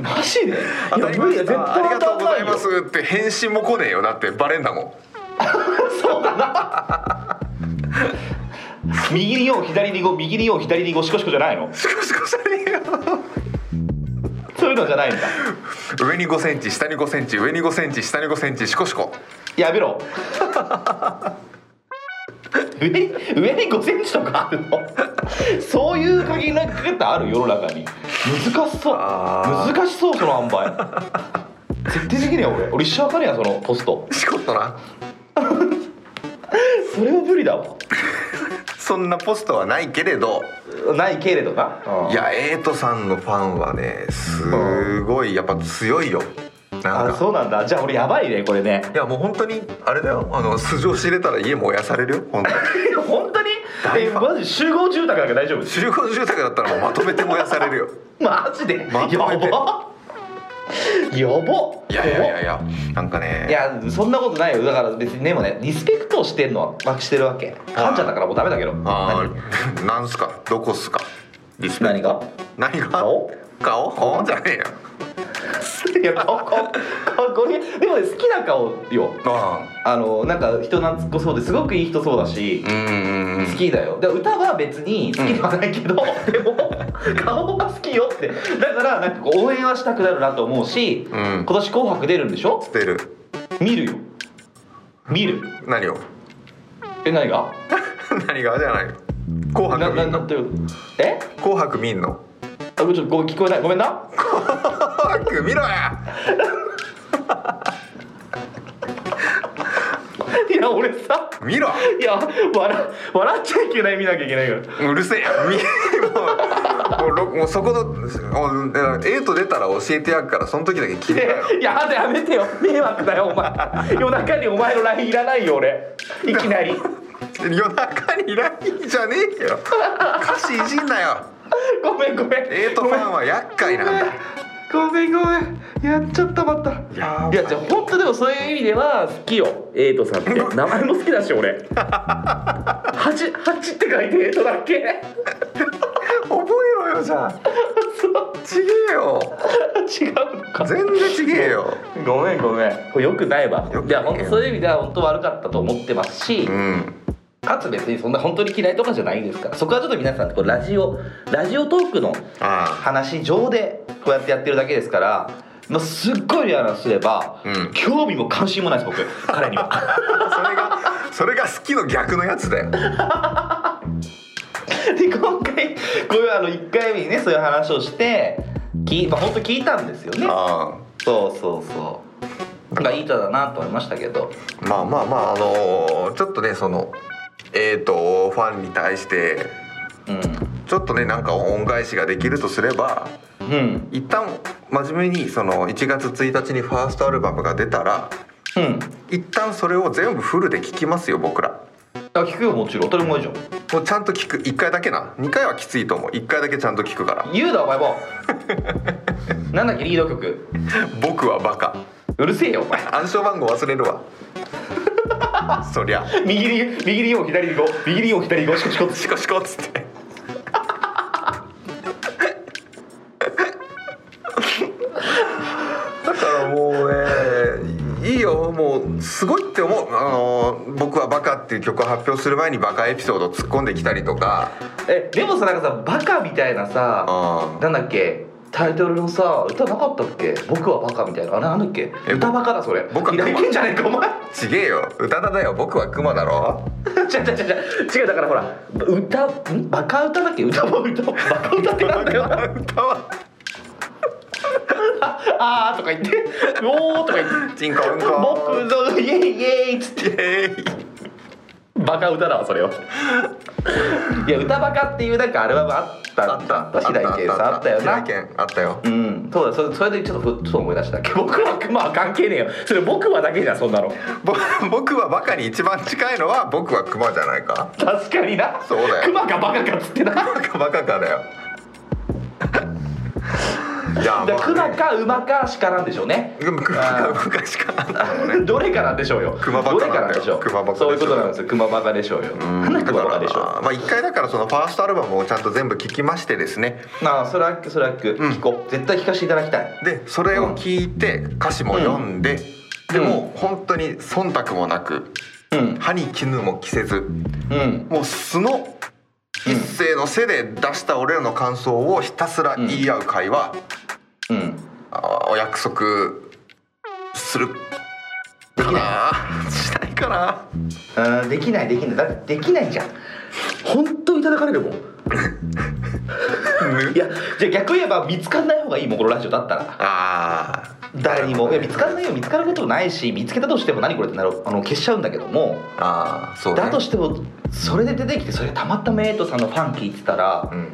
[SPEAKER 2] マジでい
[SPEAKER 1] 当たりましたありがとうござい
[SPEAKER 2] よ
[SPEAKER 1] ますって返信も来ねえよだってバレんだもん
[SPEAKER 2] そうだな 右に4左に5右に4左に5シコシコじゃないの
[SPEAKER 1] シコシコしゃねえよ
[SPEAKER 2] そういうのじゃないんだ
[SPEAKER 1] 上に5センチ下に5センチ上に5センチ下に5センチシコシコ
[SPEAKER 2] やめ ろ上に上に5センチとかあるのそういう限りなかけ方ある世の中に難しそう
[SPEAKER 1] あー
[SPEAKER 2] 難しそうその塩梅絶対できねえよ俺俺一生わかんねえやそのポスト
[SPEAKER 1] シコッとな
[SPEAKER 2] それは無理だわ
[SPEAKER 1] そんなポストはないけれど
[SPEAKER 2] ないけれどない
[SPEAKER 1] やエイトさんのファンはねすごいやっぱ強いよなん
[SPEAKER 2] あ
[SPEAKER 1] か
[SPEAKER 2] そうなんだじゃあ俺やばいねこれね
[SPEAKER 1] いやもう本当にあれだよあの素性知れたら家燃やされるよ本当に
[SPEAKER 2] え本当に
[SPEAKER 1] 大
[SPEAKER 2] え
[SPEAKER 1] ファン
[SPEAKER 2] マジ集合住宅なんか大丈夫
[SPEAKER 1] 集合住宅だったらもうまとめて燃やされるよ
[SPEAKER 2] マジで、
[SPEAKER 1] まとめて
[SPEAKER 2] やばやば
[SPEAKER 1] いやいやいやいやなんかね
[SPEAKER 2] いやそんなことないよだから別にでもねリスペクトをしてるのはまあしてるわけ患者だからもうダメだけど
[SPEAKER 1] あ
[SPEAKER 2] 何
[SPEAKER 1] ーなんすかどこっすかリスペ
[SPEAKER 2] 何が
[SPEAKER 1] 何が
[SPEAKER 2] 顔
[SPEAKER 1] 顔顔じゃねえよ
[SPEAKER 2] いや顔顔顔これでもね好きな顔よ
[SPEAKER 1] あ
[SPEAKER 2] あのなんか人懐っこそうですごくいい人そうだし
[SPEAKER 1] あうんうんうん
[SPEAKER 2] 好きだよで歌は別に好きではないけ ど、でも顔は好きよってだからなんかこう応援はしたくなるなと思うし、
[SPEAKER 1] う
[SPEAKER 2] 今
[SPEAKER 1] ん
[SPEAKER 2] 年「紅白」出るんでしょ
[SPEAKER 1] 出る
[SPEAKER 2] 見るよ見る
[SPEAKER 1] 何を
[SPEAKER 2] え何が
[SPEAKER 1] 何がじゃないよ紅
[SPEAKER 2] な
[SPEAKER 1] 白見
[SPEAKER 2] なんなん
[SPEAKER 1] の
[SPEAKER 2] ていうえ
[SPEAKER 1] 紅白見んの
[SPEAKER 2] あちょっとごめん聞こえないごめんな
[SPEAKER 1] 紅白見ろや
[SPEAKER 2] いや俺さ
[SPEAKER 1] 見ろ
[SPEAKER 2] いや笑笑っちゃいけない見なきゃいけないから
[SPEAKER 1] うるせえや 見もうもうろもうそこのもうエイト出たら教えてやるからその時だけ聞いてよ
[SPEAKER 2] えいやだやめてよ迷惑だよお前夜中にお前の LINE いらないよ俺いきなり
[SPEAKER 1] 夜中にラインじゃねえよ歌詞いじんなよ
[SPEAKER 2] ごめんごめん
[SPEAKER 1] エイトファンは厄介なんだ
[SPEAKER 2] ごめんごめんやっちゃったまったい
[SPEAKER 1] やばい
[SPEAKER 2] やじゃあ本当でもそういう意味では好きよエイトさんって名前も好きだし俺八八って書いてエイトだっけ
[SPEAKER 1] 覚えろよじゃあちげえよ
[SPEAKER 2] 違うのか
[SPEAKER 1] 全然ちげえよ
[SPEAKER 2] ごめんごめんこれよくないわ
[SPEAKER 1] よく
[SPEAKER 2] い
[SPEAKER 1] ないよ
[SPEAKER 2] や本当そういう意味では本当悪かったと思ってますし、
[SPEAKER 1] うん
[SPEAKER 2] かつ別にそんな本当に嫌いとかじゃないですからそこはちょっと皆さんこうラジオラジオトークの
[SPEAKER 1] あ
[SPEAKER 2] 話上でこうやってやってるだけですから、まあ、すっごい嫌な話すれば、
[SPEAKER 1] うん
[SPEAKER 2] 興味も関心もないです僕彼には
[SPEAKER 1] あそれがそれが好きの逆のやつだよ
[SPEAKER 2] で今回こういうあの1回目にねそういう話をしてき、まあ本当聞いたんですよね
[SPEAKER 1] あ
[SPEAKER 2] そうそうそうまあいい人だなと思いましたけど
[SPEAKER 1] あまあまあまああのーちょっとねそのえっとファンに対して
[SPEAKER 2] う
[SPEAKER 1] ちょっとねなんか恩返しができるとすれば
[SPEAKER 2] んうん
[SPEAKER 1] 一旦真面目にその1月1日にファーストアルバムが出たら
[SPEAKER 2] うん
[SPEAKER 1] 一旦それを全部フルで聴きますよ僕ら
[SPEAKER 2] あ聞くよもちろん当たり前じゃん
[SPEAKER 1] もうちゃんと聴く1回だけな2回はきついと思う1回だけちゃんと聴くから
[SPEAKER 2] 言うなお前 もなんだっけリード曲
[SPEAKER 1] 僕はバカ
[SPEAKER 2] うるせえよお前
[SPEAKER 1] 暗証番号忘れるわ そりゃ
[SPEAKER 2] 右に右に4左に5右に4左に5シコシコ
[SPEAKER 1] シコシコっつってだからもうねいいよもうすごいって思う「あのー僕はバカ」っていう曲を発表する前にバカエピソードを突っ込んできたりとか
[SPEAKER 2] えでもさなんかさバカみたいなさ
[SPEAKER 1] あ
[SPEAKER 2] なんだっけタイトルのさ歌なかったっけ僕はバカみたいなあれなんだっけ
[SPEAKER 1] え
[SPEAKER 2] 歌バカだそれ
[SPEAKER 1] 僕は
[SPEAKER 2] 平井堅じゃねえかお前
[SPEAKER 1] ちげえよ宇多田だよ僕はクマだろ
[SPEAKER 2] 違う違う違う違うだからほら歌んバカ歌だっけ歌も歌もバカ歌ってなんだよ
[SPEAKER 1] 歌は
[SPEAKER 2] あーとか言って「おー」とか言って
[SPEAKER 1] チンコう
[SPEAKER 2] 「
[SPEAKER 1] んこ
[SPEAKER 2] 僕のイエイイエイ」っつって
[SPEAKER 1] イエーイ
[SPEAKER 2] バカ歌だわそ れはいや歌バカっていうなんかアルバムあったんだ白井健さんあったよ
[SPEAKER 1] 平井
[SPEAKER 2] な
[SPEAKER 1] 堅あったよ
[SPEAKER 2] うんそうだそれそれでちょっとふっと思い出した 僕はまあ関係ねえよそれ僕はだけじゃんそんなの
[SPEAKER 1] ぼ僕はバカに一番近いのは僕はクマじゃないか
[SPEAKER 2] 確かにな
[SPEAKER 1] そうだよ
[SPEAKER 2] クマかバカかっつってな
[SPEAKER 1] バカバカかだよいや
[SPEAKER 2] だク
[SPEAKER 1] まあ
[SPEAKER 2] マ
[SPEAKER 1] ね
[SPEAKER 2] か馬か鹿なんでしょうね
[SPEAKER 1] でもクマか馬しかなんだろうね
[SPEAKER 2] どれかなんでしょうよ
[SPEAKER 1] 熊バカな
[SPEAKER 2] どれ
[SPEAKER 1] んだよ
[SPEAKER 2] かなんでしょう
[SPEAKER 1] 熊バカでしょ
[SPEAKER 2] そういうことなんですよクマバカでしょうよなんでクマバカでしょう
[SPEAKER 1] まあ一回だからそのファーストアルバムをちゃんと全部聞きましてですね
[SPEAKER 2] なあそれはそれは聞こう絶対聞かせていただきたい
[SPEAKER 1] でそれを聞いて歌詞も読んで、でも本当に忖度もなく
[SPEAKER 2] うん
[SPEAKER 1] 歯に絹も着せず
[SPEAKER 2] うん
[SPEAKER 1] もう素の一斉の背で出した俺らの感想をひたすら言い合う会は、
[SPEAKER 2] うん
[SPEAKER 1] あーお約束するかなしないかな
[SPEAKER 2] うんできないできないだってできないじゃん本当いただかれる もんいやじゃあ逆言えば見つかんない方がいいもんこのラジオだったら
[SPEAKER 1] あー
[SPEAKER 2] 誰にもいや見つからないいよ見つかることもないし見つけたとしても何これってなるあの消しちゃうんだけども
[SPEAKER 1] ああそうね
[SPEAKER 2] だとしてもそれで出てきてそれたまたまエイトさんのファン聞いてたら
[SPEAKER 1] うん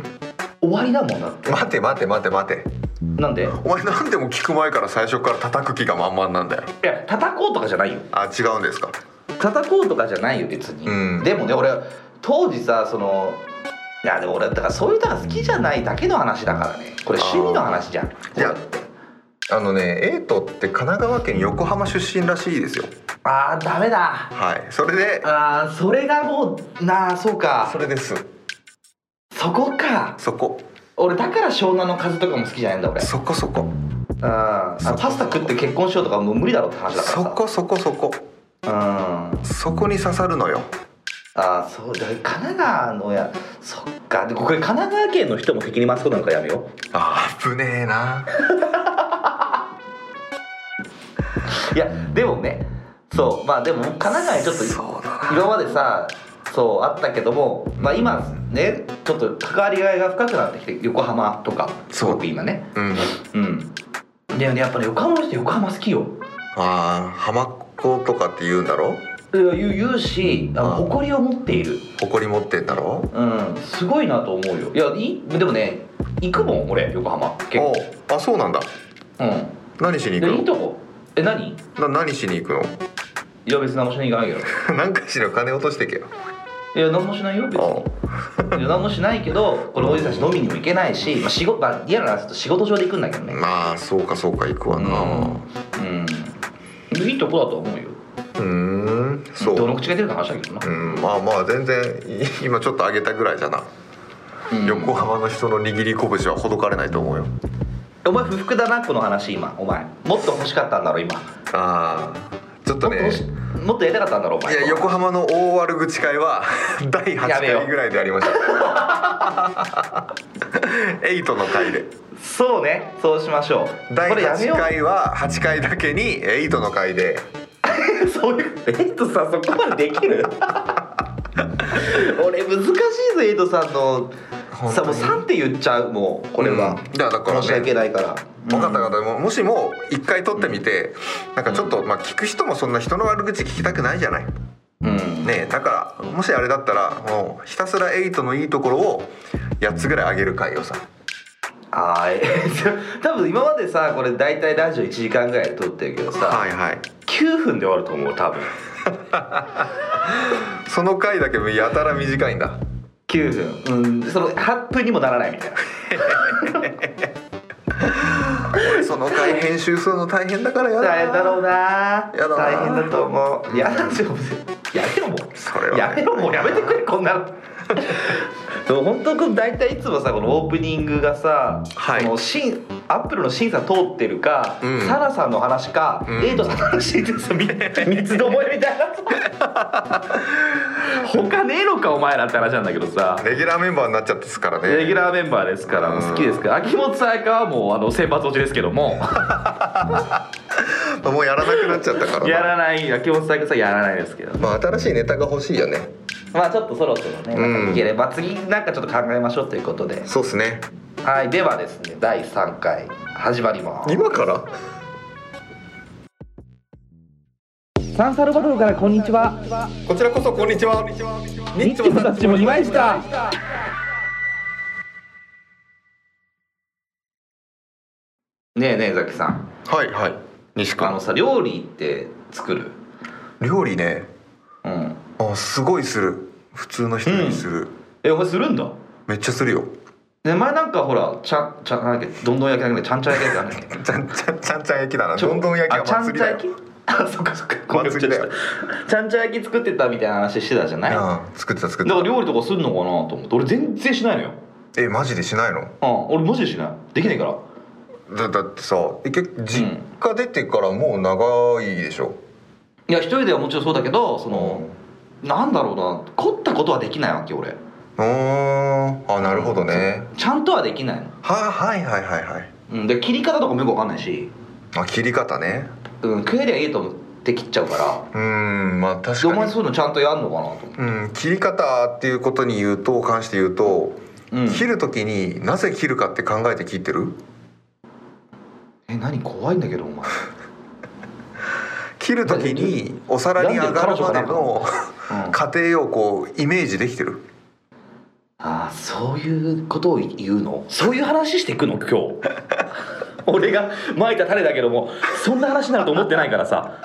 [SPEAKER 2] 終わりだもんだって
[SPEAKER 1] 待て待て待て待て
[SPEAKER 2] なんでい
[SPEAKER 1] お前何でも聞く前から最初から叩く気が満々なんだよ
[SPEAKER 2] や叩こうとかじゃないよ
[SPEAKER 1] あ違うんですか
[SPEAKER 2] 叩こうとかじゃないよ別に、
[SPEAKER 1] うん
[SPEAKER 2] でもね俺当時さそのいやでも俺だからそういう歌が好きじゃないだけの話だからねこれ趣味の話じゃん
[SPEAKER 1] いやあのねエイトって神奈川県横浜出身らしいですよ
[SPEAKER 2] あーダメだ
[SPEAKER 1] はいそれで
[SPEAKER 2] あーそれがもうなあそうか
[SPEAKER 1] それです
[SPEAKER 2] そこか
[SPEAKER 1] そこ
[SPEAKER 2] 俺だから湘南の風とかも好きじゃないんだ俺
[SPEAKER 1] そこそこ
[SPEAKER 2] うんあ
[SPEAKER 1] そこ
[SPEAKER 2] パスタ食って結婚しようとかもう無理だろって話だからさ
[SPEAKER 1] そこそこそこ
[SPEAKER 2] うんあ
[SPEAKER 1] そこに刺さるのよ
[SPEAKER 2] ーそうだ神奈川のやそっかでこれ神奈川県の人も責任回すことなんかやめよ
[SPEAKER 1] あー危ねえな
[SPEAKER 2] ういやでもねそうまあでも神奈川にちょっと
[SPEAKER 1] そうだな
[SPEAKER 2] 今までさそうあったけども、まあ、今ねちょっと関わり合いが深くなってきて横浜とかす
[SPEAKER 1] そう
[SPEAKER 2] ごく今ね
[SPEAKER 1] うん
[SPEAKER 2] うんでねやっぱね横浜の人横浜好きよ
[SPEAKER 1] あー浜っ子とかって言うんだろ
[SPEAKER 2] いや言う言うしあの
[SPEAKER 1] うん
[SPEAKER 2] 誇りを持っている
[SPEAKER 1] 誇り持ってんだろ
[SPEAKER 2] うんすごいなと思うよいやいいでもね行くもん俺横浜結構
[SPEAKER 1] おうあそうなんだ
[SPEAKER 2] うん
[SPEAKER 1] 何しに
[SPEAKER 2] でい
[SPEAKER 1] 行
[SPEAKER 2] い
[SPEAKER 1] く
[SPEAKER 2] とこえ何い
[SPEAKER 1] のな何しに行くの
[SPEAKER 2] や別に何もしない行か ないけど
[SPEAKER 1] なんかしら金落としてけよ
[SPEAKER 2] いや何もしないよ別に
[SPEAKER 1] おう
[SPEAKER 2] いや何もしないけどこのおじさんち飲みにも行けないし、まあ、仕事まあリアルな話すると仕事上で行くんだけどね
[SPEAKER 1] まあそうかそうか行くわな
[SPEAKER 2] うんいいとこだと思うよ
[SPEAKER 1] うんんそう
[SPEAKER 2] どの口が出るか話だけどな
[SPEAKER 1] う、んまあまあ全然い 今ちょっと上げたぐらいじゃな、
[SPEAKER 2] うん
[SPEAKER 1] 横浜の人の握り拳はほどかれないと思うよ
[SPEAKER 2] お前不服だなこの話今お前もっと欲しかったんだろ今
[SPEAKER 1] ああちょっと
[SPEAKER 2] もっと
[SPEAKER 1] ね
[SPEAKER 2] 欲しもっとやりたかったんだろお
[SPEAKER 1] い
[SPEAKER 2] 前
[SPEAKER 1] や横浜の大悪口会 は第8
[SPEAKER 2] やめよ
[SPEAKER 1] 回
[SPEAKER 2] う
[SPEAKER 1] ぐらいでありましたエイトの回で
[SPEAKER 2] そうねそうしましょう
[SPEAKER 1] 第
[SPEAKER 2] これやめよ
[SPEAKER 1] 8
[SPEAKER 2] う
[SPEAKER 1] 回は8回だけにエイトの回で
[SPEAKER 2] そういうエイトさんそこまでできる 俺難しいぞエイトさんの
[SPEAKER 1] 本当
[SPEAKER 2] さ
[SPEAKER 1] に
[SPEAKER 2] もう3って言っちゃうもうこれは、
[SPEAKER 1] うんいやだからね
[SPEAKER 2] 申し訳ないから
[SPEAKER 1] 分かった分かったもうもしも1回撮ってみてなんかちょっとまあ聞く人もそんな人の悪口聞きたくないじゃない
[SPEAKER 2] うん、
[SPEAKER 1] ねえだからもしあれだったらもうひたすらエイトのいいところを8つぐらい上げる回をさ
[SPEAKER 2] あーえ 多分今までさこれ大体ラジオ1時間ぐらいで撮ってるけどさ、
[SPEAKER 1] はいはい
[SPEAKER 2] 9分で終わると思う多分
[SPEAKER 1] その回だけやたら短いんだ
[SPEAKER 2] 9分うんその8分にもならないみたいな
[SPEAKER 1] その回編集するの大変だからやだ
[SPEAKER 2] 大変だろうな
[SPEAKER 1] やだな
[SPEAKER 2] 大変だと思ういやだってもうやめろもう
[SPEAKER 1] それはね
[SPEAKER 2] やめろもうやめてくれこんなのでも本当こう大体いつもさこのオープニングがさ、
[SPEAKER 1] はい
[SPEAKER 2] このシーンアップルの審査通ってるか、
[SPEAKER 1] うん
[SPEAKER 2] サラさんの話か、
[SPEAKER 1] うん
[SPEAKER 2] エイトさんの話ですみ三つどもえみたいな他ねえのかお前らって話なんだけどさ
[SPEAKER 1] レギュラーメンバーになっちゃってですからね
[SPEAKER 2] レギュラーメンバーですからもう好きですから秋元才加はもうあの選抜落ちですけど も
[SPEAKER 1] もうやらなくなっちゃったからな
[SPEAKER 2] やらない秋元才加さんやらないですけど
[SPEAKER 1] まあ新しいネタが欲しいよね
[SPEAKER 2] まあちょっとそろそろね
[SPEAKER 1] うん
[SPEAKER 2] なんかいければ、次なんかちょっと考えましょうということで
[SPEAKER 1] そうっすね
[SPEAKER 2] はいではですね第3回始まります
[SPEAKER 1] 今から
[SPEAKER 3] サンサルバドルからこんにちは
[SPEAKER 1] こちらこそこんにちは
[SPEAKER 3] ニッチもサッチもいました
[SPEAKER 2] ねえねえザキさん
[SPEAKER 1] はいはい西
[SPEAKER 2] あ
[SPEAKER 1] 君
[SPEAKER 2] のさ料理って作る
[SPEAKER 1] 料理ね
[SPEAKER 2] うん
[SPEAKER 1] あすごいする普通の人にする、
[SPEAKER 2] えお前するんだ
[SPEAKER 1] めっちゃするよ
[SPEAKER 2] ね前なんかほらちゃんちゃんなんだっけどんどん焼きなんだっけちゃんちゃん焼きなんだっけ
[SPEAKER 1] ちゃんちゃんちゃんちゃん焼きだなどんどん焼き
[SPEAKER 2] あちゃ
[SPEAKER 1] は
[SPEAKER 2] ん
[SPEAKER 1] 祭
[SPEAKER 2] ち
[SPEAKER 1] り
[SPEAKER 2] ゃん
[SPEAKER 1] だ
[SPEAKER 2] 焼
[SPEAKER 1] よ
[SPEAKER 2] きあ そっかそっかごめん
[SPEAKER 1] 祭りだよ
[SPEAKER 2] ちゃんちゃん焼き作ってたみたいな話してたじゃないだか
[SPEAKER 1] うん作ってた作って
[SPEAKER 2] ら料理とかするのかなと思って俺全然しないのよ
[SPEAKER 1] たえマジでしないの
[SPEAKER 2] うん俺マジでしないできないから
[SPEAKER 1] だだってさえ結構実家出てからもう長いでしょ、
[SPEAKER 2] いや一人ではもちろんそうだけどその、なんだろうな凝ったことはできないわけ俺
[SPEAKER 1] うーんあなるほどね
[SPEAKER 2] ちゃんとはできないの、
[SPEAKER 1] ははいはいはいはい
[SPEAKER 2] うん、で切り方とかもよくわかんないし、
[SPEAKER 1] あ切り方ね
[SPEAKER 2] うん、食えりゃいいと思って切っちゃうから
[SPEAKER 1] うーんまあ確
[SPEAKER 2] でお
[SPEAKER 1] か
[SPEAKER 2] 前
[SPEAKER 1] に
[SPEAKER 2] そういうのちゃんとやんのかなと思って、
[SPEAKER 1] うん切り方っていうことに言うと関して言うと、
[SPEAKER 2] うん、
[SPEAKER 1] 切る時になぜ切るかって考えて切ってる
[SPEAKER 2] え何怖いんだけどお前
[SPEAKER 1] 切る時にお皿に上がるまでの
[SPEAKER 2] うん
[SPEAKER 1] 過程をこうイメージできてる
[SPEAKER 2] ああそういうことを言うのそういう話していくの今 日俺がまいた種だけどもそんな話になると思ってないからさ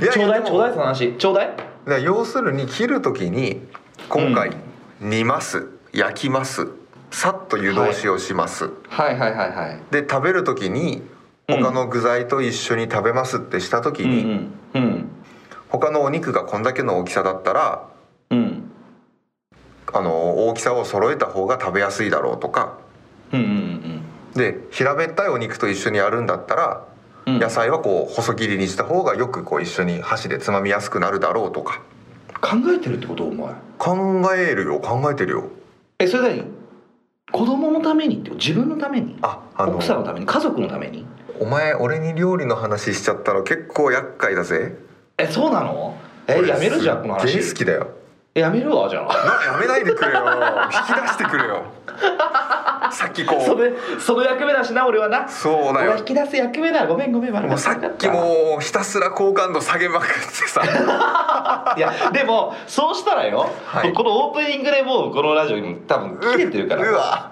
[SPEAKER 1] いや
[SPEAKER 2] ちょうだい
[SPEAKER 1] で
[SPEAKER 2] ち
[SPEAKER 1] も
[SPEAKER 2] ょうだいその話ちょうだい
[SPEAKER 1] だから要するに切る時に今回煮ます焼きますさっと湯通しをします、
[SPEAKER 2] はいはいはいはい
[SPEAKER 1] で食べる時に
[SPEAKER 2] うん
[SPEAKER 1] 他の具材と一緒に食べますってした時
[SPEAKER 2] うん
[SPEAKER 1] に、
[SPEAKER 2] うんうん
[SPEAKER 1] 他のお肉がこんだけの大きさだったら
[SPEAKER 2] うん
[SPEAKER 1] あの大きさを揃えた方が食べやすいだろうとか
[SPEAKER 2] うんうん
[SPEAKER 1] で平べったいお肉と一緒にやるんだったら
[SPEAKER 2] うんうん
[SPEAKER 1] 野菜はこう細切りにした方がよくこう一緒に箸でつまみやすくなるだろうとか
[SPEAKER 2] 考えてるってことお前
[SPEAKER 1] 考えるよ考えてるよ
[SPEAKER 2] えそれ何子供のためにってこと自分のために
[SPEAKER 1] ああの
[SPEAKER 2] 奥さんのために家族のために
[SPEAKER 1] お前俺に料理の話しちゃったら結構厄介だぜ
[SPEAKER 2] えそうなのえ
[SPEAKER 1] 俺
[SPEAKER 2] やめるじゃんこの
[SPEAKER 1] すっげえ
[SPEAKER 2] 話
[SPEAKER 1] 好きだよ
[SPEAKER 2] えやめるわじゃあ
[SPEAKER 1] なやめないでくれよ引き出してくれよさっき こ
[SPEAKER 2] そうれその役目だしな俺はな
[SPEAKER 1] そうだ
[SPEAKER 2] 俺は
[SPEAKER 1] よ
[SPEAKER 2] 引き出す役目だごめんごめん悪か
[SPEAKER 1] もう
[SPEAKER 2] た
[SPEAKER 1] さっきもうひたすら好感度下げまくってさ
[SPEAKER 2] いやでもそうしたらよ、
[SPEAKER 1] はい
[SPEAKER 2] このオープニングでもうこのラジオに多分 切れてるか
[SPEAKER 1] う
[SPEAKER 2] ら
[SPEAKER 1] わ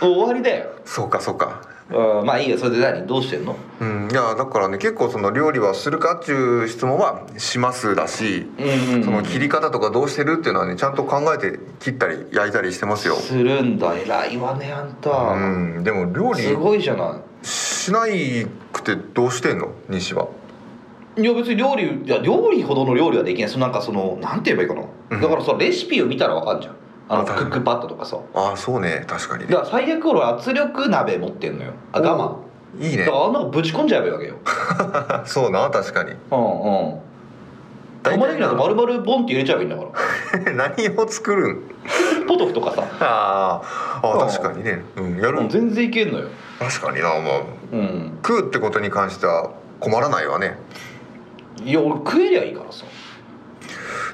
[SPEAKER 2] 終わりだよ、
[SPEAKER 1] そうかそうか
[SPEAKER 2] うん、まあいいよそれで何どうしてんの
[SPEAKER 1] うんいやだからね結構その料理はするかっていう質問はしますだし
[SPEAKER 2] うんうんうん
[SPEAKER 1] その切り方とかどうしてるっていうのはねちゃんと考えて切ったり焼いたりしてますよ
[SPEAKER 2] するんだ偉いわねあんた、
[SPEAKER 1] うんでも料
[SPEAKER 2] す
[SPEAKER 1] 理
[SPEAKER 2] ごいじゃな
[SPEAKER 1] しないくてどうしてんの西はい
[SPEAKER 2] いや別に料理いや料理ほどの料理はできないそのなんかそのなんて言えばいいかな、
[SPEAKER 1] うん
[SPEAKER 2] だからそのレシピを見たらわかんじゃんあの
[SPEAKER 1] あ
[SPEAKER 2] ク
[SPEAKER 1] 確か
[SPEAKER 2] ッ
[SPEAKER 1] に
[SPEAKER 2] クパッドとかさ
[SPEAKER 1] ああそうね確かに
[SPEAKER 2] だ
[SPEAKER 1] ね
[SPEAKER 2] から最悪俺圧力鍋持ってんのよあ我慢
[SPEAKER 1] いい
[SPEAKER 2] だか
[SPEAKER 1] ね
[SPEAKER 2] らあんなのぶち込んじゃえばいいわけよ
[SPEAKER 1] あ そうな確かに
[SPEAKER 2] うんうん玉ねぎなんか丸々ボンって入れちゃえばいいんだから
[SPEAKER 1] 何を作るん
[SPEAKER 2] ポトフとかさ
[SPEAKER 1] あーあ
[SPEAKER 2] うん
[SPEAKER 1] ー確かにね、うん、やる
[SPEAKER 2] うん全然いけんのよ
[SPEAKER 1] 確かになまあ
[SPEAKER 2] うん
[SPEAKER 1] 食うってことに関しては困らないわね
[SPEAKER 2] いや俺食えりゃいいからさ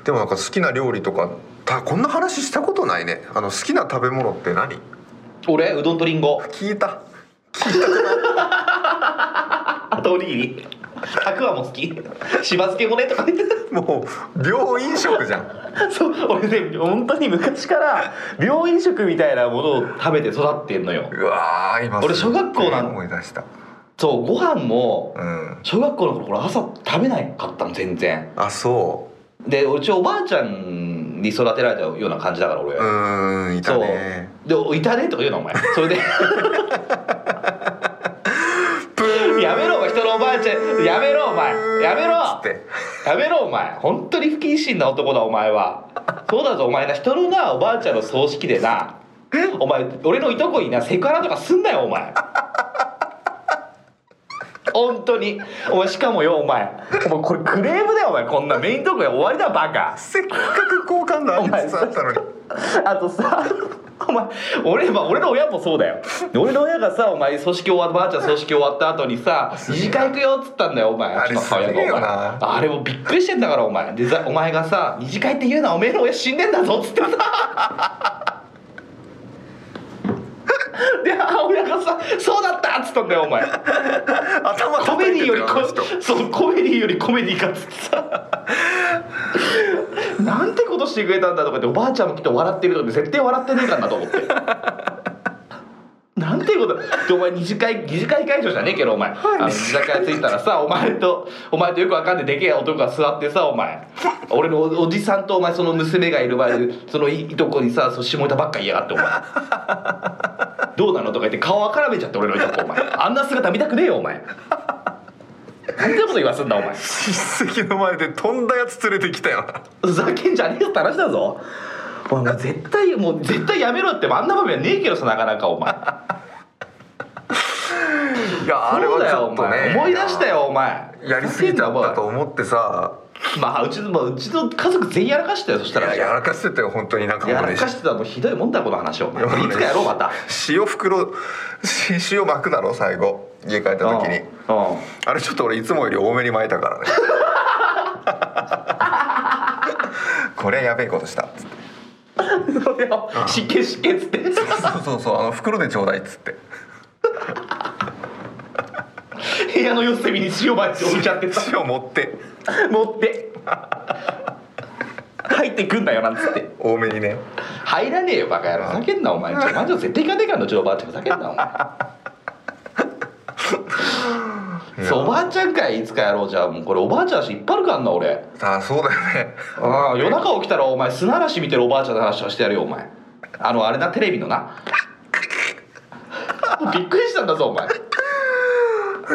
[SPEAKER 1] でもなんか好きな料理とかたこんな話したことないねあの好きな食べ物って何
[SPEAKER 2] 俺うどんとりんご
[SPEAKER 1] 聞いた
[SPEAKER 2] あとおにぎりたくあんも好きしば漬けもねとか言って
[SPEAKER 1] もう病院食じゃん
[SPEAKER 2] そう俺ね本当に昔から病院食みたいなものを食べて育ってんのよ
[SPEAKER 1] うわー今
[SPEAKER 2] 俺小学校なの
[SPEAKER 1] 思い出した
[SPEAKER 2] そうご飯も
[SPEAKER 1] うん
[SPEAKER 2] 小学校の頃俺朝食べないかったの全然
[SPEAKER 1] あそ
[SPEAKER 2] でうちおばあちゃんに育てられたような感じだから俺、
[SPEAKER 1] ううーんいたね
[SPEAKER 2] そうで「いたね」とか言うのお前そ れで
[SPEAKER 1] プー
[SPEAKER 2] やめろお前人のおばあちゃんやめろお前やめろ
[SPEAKER 1] つって
[SPEAKER 2] やめろお前本当に不謹慎な男だお前はそうだぞお前な人のなおばあちゃんの葬式でなお前俺のいとこになセクハラとかすんなよお前本当にお前しかもよお前お前これクレームだよお前こんなメイントークで終わりだバカ
[SPEAKER 1] せっかく好感度上げつつあったのに
[SPEAKER 2] あとさお前俺,、まあ、俺の親もそうだよ俺の親がさお前組織終わばあちゃん組織終わった後にさ「二次会行くよ」っつったんだよお前
[SPEAKER 1] あれ
[SPEAKER 2] うちの母親が
[SPEAKER 1] すげえよ
[SPEAKER 2] お前
[SPEAKER 1] な
[SPEAKER 2] あれもうびっくりしてんだからお前でさお前がさ「二次会って言うなおめえの親死んでんだぞ」っつってさで母親がさ「そうだった!」っつったんだよお前
[SPEAKER 1] 頭
[SPEAKER 2] コメ
[SPEAKER 1] 叩い
[SPEAKER 2] ディ
[SPEAKER 1] て
[SPEAKER 2] よ
[SPEAKER 1] る
[SPEAKER 2] り
[SPEAKER 1] よ
[SPEAKER 2] コ
[SPEAKER 1] あの人
[SPEAKER 2] そうコメディよりコメディかっつってさ なんてことしてくれたんだとかっておばあちゃんもきっと笑ってるとかで絶対笑ってねえかんなと思って。なんていうことでお前二次会二次会会場じゃねえけどお前、あの二次会着いたらさお前とお前とよくわかんないでけえ男が座ってさお前俺のおおじさんとお前その娘がいる場合そのいいとこにさそう下ネタばっか言いやがっ てお前どうなのとか言って顔あからめちゃって俺のいとこお前あんな姿見たくねえよお前なんてこと言わすんだお前
[SPEAKER 1] 実績の前で飛んだやつ連れてきたよな
[SPEAKER 2] ふざけんじゃねえよって話だぞお前もう絶対もう絶対やめろってあんな場面はねえけどさなかなかお前
[SPEAKER 1] いやあれはちょっと
[SPEAKER 2] そうだよお前
[SPEAKER 1] ね
[SPEAKER 2] 思い出したよお前
[SPEAKER 1] やりすぎちゃったと思ってさ
[SPEAKER 2] まあうちの、まあ、うちの家族全員やらかしたよそし
[SPEAKER 1] い
[SPEAKER 2] たら
[SPEAKER 1] ややらかしてたよ本当になんか
[SPEAKER 2] や
[SPEAKER 1] もう
[SPEAKER 2] ら
[SPEAKER 1] ね
[SPEAKER 2] かしてたらもうひどいもんだよこの話お前
[SPEAKER 1] いやもうね
[SPEAKER 2] いつかやろうまた
[SPEAKER 1] 塩袋し塩巻くだろ最後家帰った時に
[SPEAKER 2] うんうん
[SPEAKER 1] あれちょっと俺いつもより多めに巻い たからねこれはやべえことしたっつって
[SPEAKER 2] それを湿気湿気っつって
[SPEAKER 1] そうそうそうあの袋でちょうだいっつって
[SPEAKER 2] 部屋の四隅に塩鉢置いちゃってさ
[SPEAKER 1] 塩持って
[SPEAKER 2] 持って入ってくんなよなんつって
[SPEAKER 1] 多めにね
[SPEAKER 2] 入らねえよバカ野郎ふざけんなお前ちょマジで絶対行かねえからのうちのおばあちゃんふざけんなお前そうおばあちゃんかいいつかやろうじゃあもうこれおばあちゃんだしいっぱいあるからな俺
[SPEAKER 1] ああそうだよね
[SPEAKER 2] ああ夜中起きたらお前砂嵐見てるおばあちゃんの話をしてやるよお前あのあれなテレビのな びっくりしたんだぞお前
[SPEAKER 1] い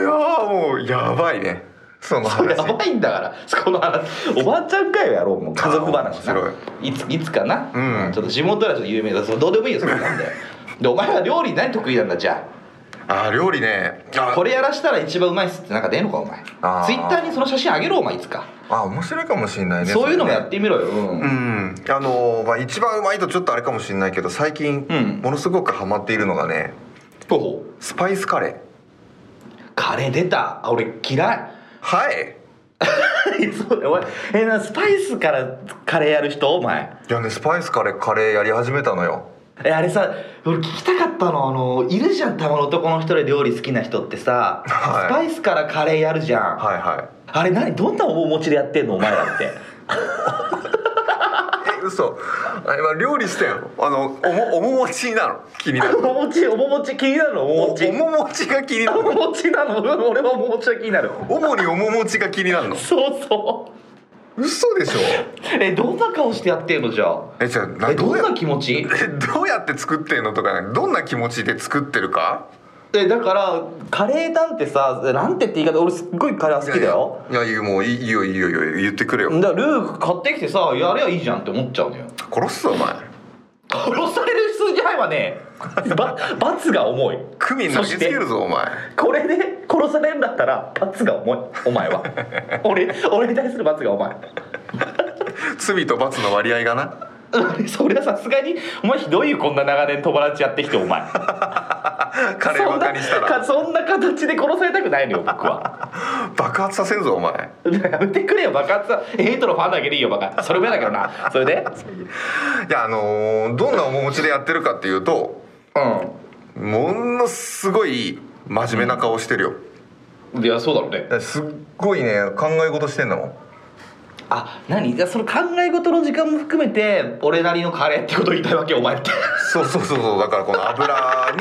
[SPEAKER 1] やーもうやばいねその
[SPEAKER 2] それ
[SPEAKER 1] 話
[SPEAKER 2] やばいんだからこの話おばあちゃんかよやろうもう家族話
[SPEAKER 1] あー
[SPEAKER 2] ない
[SPEAKER 1] 面
[SPEAKER 2] ついつかな、
[SPEAKER 1] うん
[SPEAKER 2] ちょっと地元らちょっと有名だそれどうでもいいよそれなんででお前は料理何得意なんだじゃ
[SPEAKER 1] あー料理ね
[SPEAKER 2] あ
[SPEAKER 1] あ
[SPEAKER 2] これやらしたら一番うまいっすってなんか出んのかお前
[SPEAKER 1] あー
[SPEAKER 2] ツイッターにその写真あげろお前いつか
[SPEAKER 1] あ面白いかもしれないね
[SPEAKER 2] そういうのも
[SPEAKER 1] それ
[SPEAKER 2] や
[SPEAKER 1] ね
[SPEAKER 2] ってみろよ、うん
[SPEAKER 1] うん、あのまあ、一番うまいとちょっとあれかもしれないけど最近
[SPEAKER 2] うん
[SPEAKER 1] ものすごくハマっているのがね
[SPEAKER 2] ほほ
[SPEAKER 1] スパイスカレー
[SPEAKER 2] カレー出たあ俺嫌い
[SPEAKER 1] はい
[SPEAKER 2] そうだよお前えなスパイスからカレーやる人お前
[SPEAKER 1] いやねスパイスカレーカレーやり始めたのよ
[SPEAKER 2] えあれさ俺聞きたかったのあのいるじゃんたまの男の人で料理好きな人ってさ、
[SPEAKER 1] はい
[SPEAKER 2] スパイスからカレーやるじゃん、
[SPEAKER 1] はいはい
[SPEAKER 2] あれ何どんなお持ちでやってんのお前らって
[SPEAKER 1] え嘘あ今料理したよあのおもおももちなの気になる
[SPEAKER 2] お餅おもち気になるの
[SPEAKER 1] お
[SPEAKER 2] お
[SPEAKER 1] お
[SPEAKER 2] 餅
[SPEAKER 1] ももちが気にな
[SPEAKER 2] お
[SPEAKER 1] るの
[SPEAKER 2] 餅なのうん俺はお餅が気になる
[SPEAKER 1] 主におももちが気になるの
[SPEAKER 2] そうそう
[SPEAKER 1] 嘘でしょ
[SPEAKER 2] えどんな顔してやってんのじゃあ
[SPEAKER 1] えじゃあな
[SPEAKER 2] えど
[SPEAKER 1] どうんや
[SPEAKER 2] な気持ち
[SPEAKER 1] えどうやって作ってんのとかねどんな気持ちで作ってるか
[SPEAKER 2] えだからカレーなんてさなんてって言い方俺すっごいカレーは好きだよ
[SPEAKER 1] いやいやもういいいいよいいよいいよ言ってくれよ
[SPEAKER 2] だからルー買ってきてさやればいいじゃんって思っちゃうのよ
[SPEAKER 1] 殺すぞお前
[SPEAKER 2] 殺される筋合いはねば 罰が重い
[SPEAKER 1] クミン投げつけるぞお前
[SPEAKER 2] これで殺されるんだったら罰が重いお前は 俺俺に対する罰が重い
[SPEAKER 1] 罪と罰の割合が な
[SPEAKER 2] それはさすがにお前ひどいよこんな長年友達やってきてお前
[SPEAKER 1] カレーバカにしたら
[SPEAKER 2] そんなかそんな形で殺されたくないのよ僕は
[SPEAKER 1] 爆発させんぞお前
[SPEAKER 2] やめてくれよ爆発はヘイトのファンだけでいいよバカそれも嫌だけどなそれで
[SPEAKER 1] いやあのーどんな面持ちでやってるかっていうとものすごい真面目な顔してるよ、
[SPEAKER 2] うんいやそうだろうね
[SPEAKER 1] すっごいね考え事してんだもん
[SPEAKER 2] あ何じゃあその考え事の時間も含めて俺なりのカレーってことを言いたいわけお前って
[SPEAKER 1] そうそうそうそうだからこの油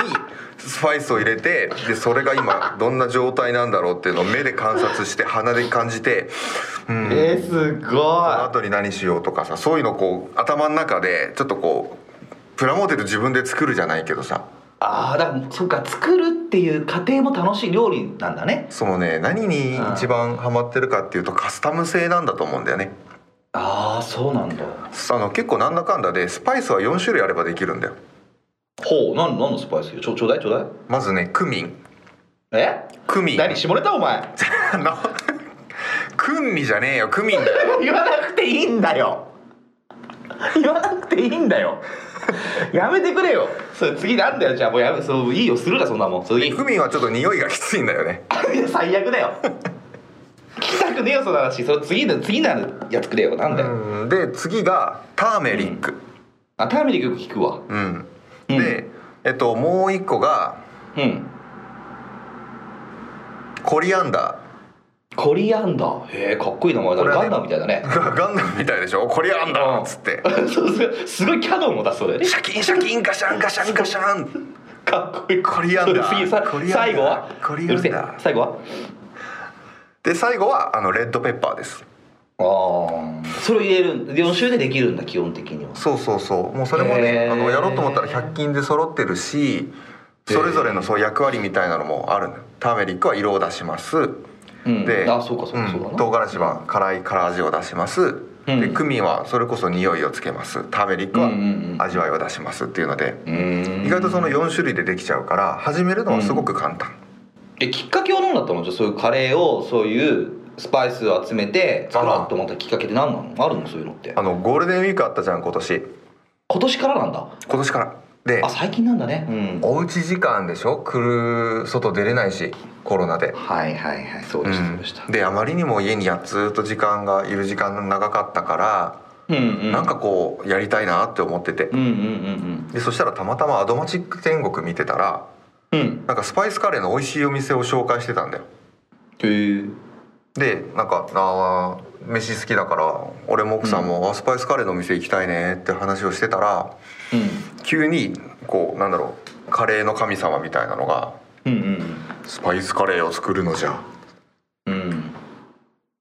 [SPEAKER 1] にスパイスを入れてでそれが今どんな状態なんだろうっていうのを目で観察して鼻で感じてうん
[SPEAKER 2] えー、す
[SPEAKER 1] この
[SPEAKER 2] ご
[SPEAKER 1] 後に何しようとかさそういうのこう頭の中でちょっとこうプラモデル自分で作るじゃないけどさ
[SPEAKER 2] いああだからそっか作るっていう過程も楽しい料理なんだね
[SPEAKER 1] そのね何に一番ハマってるかっていうとカスタム製なんだと思うんだよね
[SPEAKER 2] ああそうなんだ
[SPEAKER 1] あの結構なんだかんだでスパイスは4種類あればできるんだよ
[SPEAKER 2] ほうなんなんのスパイスよちょちょうだいちょうだい
[SPEAKER 1] まずねクミン
[SPEAKER 2] え
[SPEAKER 1] クミン
[SPEAKER 2] 何下ネタお前
[SPEAKER 1] あのクンミじゃねえよクミンだ よ
[SPEAKER 2] 言わなくていいんだよ言わなくていいんだよやめてくれよそれ次なんだよじゃあもうやめそういいよするなそんなもん次い
[SPEAKER 1] クミンはちょっと匂いがきついんだよね
[SPEAKER 2] や最悪だよ聞きたくねえよその話それ次の次なるやつくれよなんだよ、
[SPEAKER 1] うんで次がターメリック
[SPEAKER 2] あターメリック聞くわ
[SPEAKER 1] うん、
[SPEAKER 2] うん
[SPEAKER 1] でえっともう一個が
[SPEAKER 2] うん
[SPEAKER 1] コリアンダ
[SPEAKER 2] コリアンダーへえかっこいい名前だ
[SPEAKER 1] こ
[SPEAKER 2] ね
[SPEAKER 1] れ
[SPEAKER 2] ガ
[SPEAKER 1] はね
[SPEAKER 2] ンダムみたいだね
[SPEAKER 1] ーが ガンダムみたいでしょコリアンダーっつって
[SPEAKER 2] うん そうそうすごいキャノンも出そうだよね
[SPEAKER 1] シャキンシャキンガシャンガシャンガシャン
[SPEAKER 2] かっこいい
[SPEAKER 1] コリアンダー
[SPEAKER 2] それ次さ
[SPEAKER 1] コリアンダー
[SPEAKER 2] 最後は
[SPEAKER 1] コリアンダー
[SPEAKER 2] うるせえ最後は
[SPEAKER 1] で最後はあのレッドペッパーです
[SPEAKER 2] ああそれを入れる4週でできるんだ基本的には
[SPEAKER 1] そうそうそうもうそれもね
[SPEAKER 2] へー
[SPEAKER 1] あのやろうと思ったら100均で揃ってるしそれぞれのそう役割みたいなのもあるのターメリックは色を出します
[SPEAKER 2] うん
[SPEAKER 1] で
[SPEAKER 2] あそうかそうかそうだな
[SPEAKER 1] うん唐辛子は辛い辛味を出します
[SPEAKER 2] うん
[SPEAKER 1] でクミンはそれこそ匂いをつけますターメリック
[SPEAKER 2] うんうんう
[SPEAKER 1] は
[SPEAKER 2] ん
[SPEAKER 1] 味わいを出しますっていうので
[SPEAKER 2] うん
[SPEAKER 1] 意外とその4種類でできちゃうから始めるのはすごく簡単
[SPEAKER 2] えきっかけは何だったのじゃあそういうカレーをそういうスパイスを集めて作ろうと思ったきっかけって何なのあるのそういうのって
[SPEAKER 1] あのゴールデンウィークあったじゃん今年
[SPEAKER 2] 今年からなんだ
[SPEAKER 1] 今年からで
[SPEAKER 2] あ最近なんだねうん
[SPEAKER 1] おうち時間でしょ来る外出れないしコロナで
[SPEAKER 2] はいはいはいそうでしたそうでした
[SPEAKER 1] であまりにも家にやっずっと時間がいる時間が長かったから、
[SPEAKER 2] うんうん
[SPEAKER 1] なんかこうやりたいなって思ってて、
[SPEAKER 2] うんうんうん
[SPEAKER 1] でそしたらたまたまアドマチック天国見てたら
[SPEAKER 2] うんうん
[SPEAKER 1] なんかスパイスカレーの美味しいお店を紹介してたんだよ
[SPEAKER 2] へえ
[SPEAKER 1] でなんか「あー飯好きだから俺も奥さんも、あスパイスカレーのお店行きたいね」って話をしてたら急にこうなんだろうカレーの神様みたいなのが
[SPEAKER 2] うんうん
[SPEAKER 1] 「スパイスカレーを作るのじゃ
[SPEAKER 2] うんうん」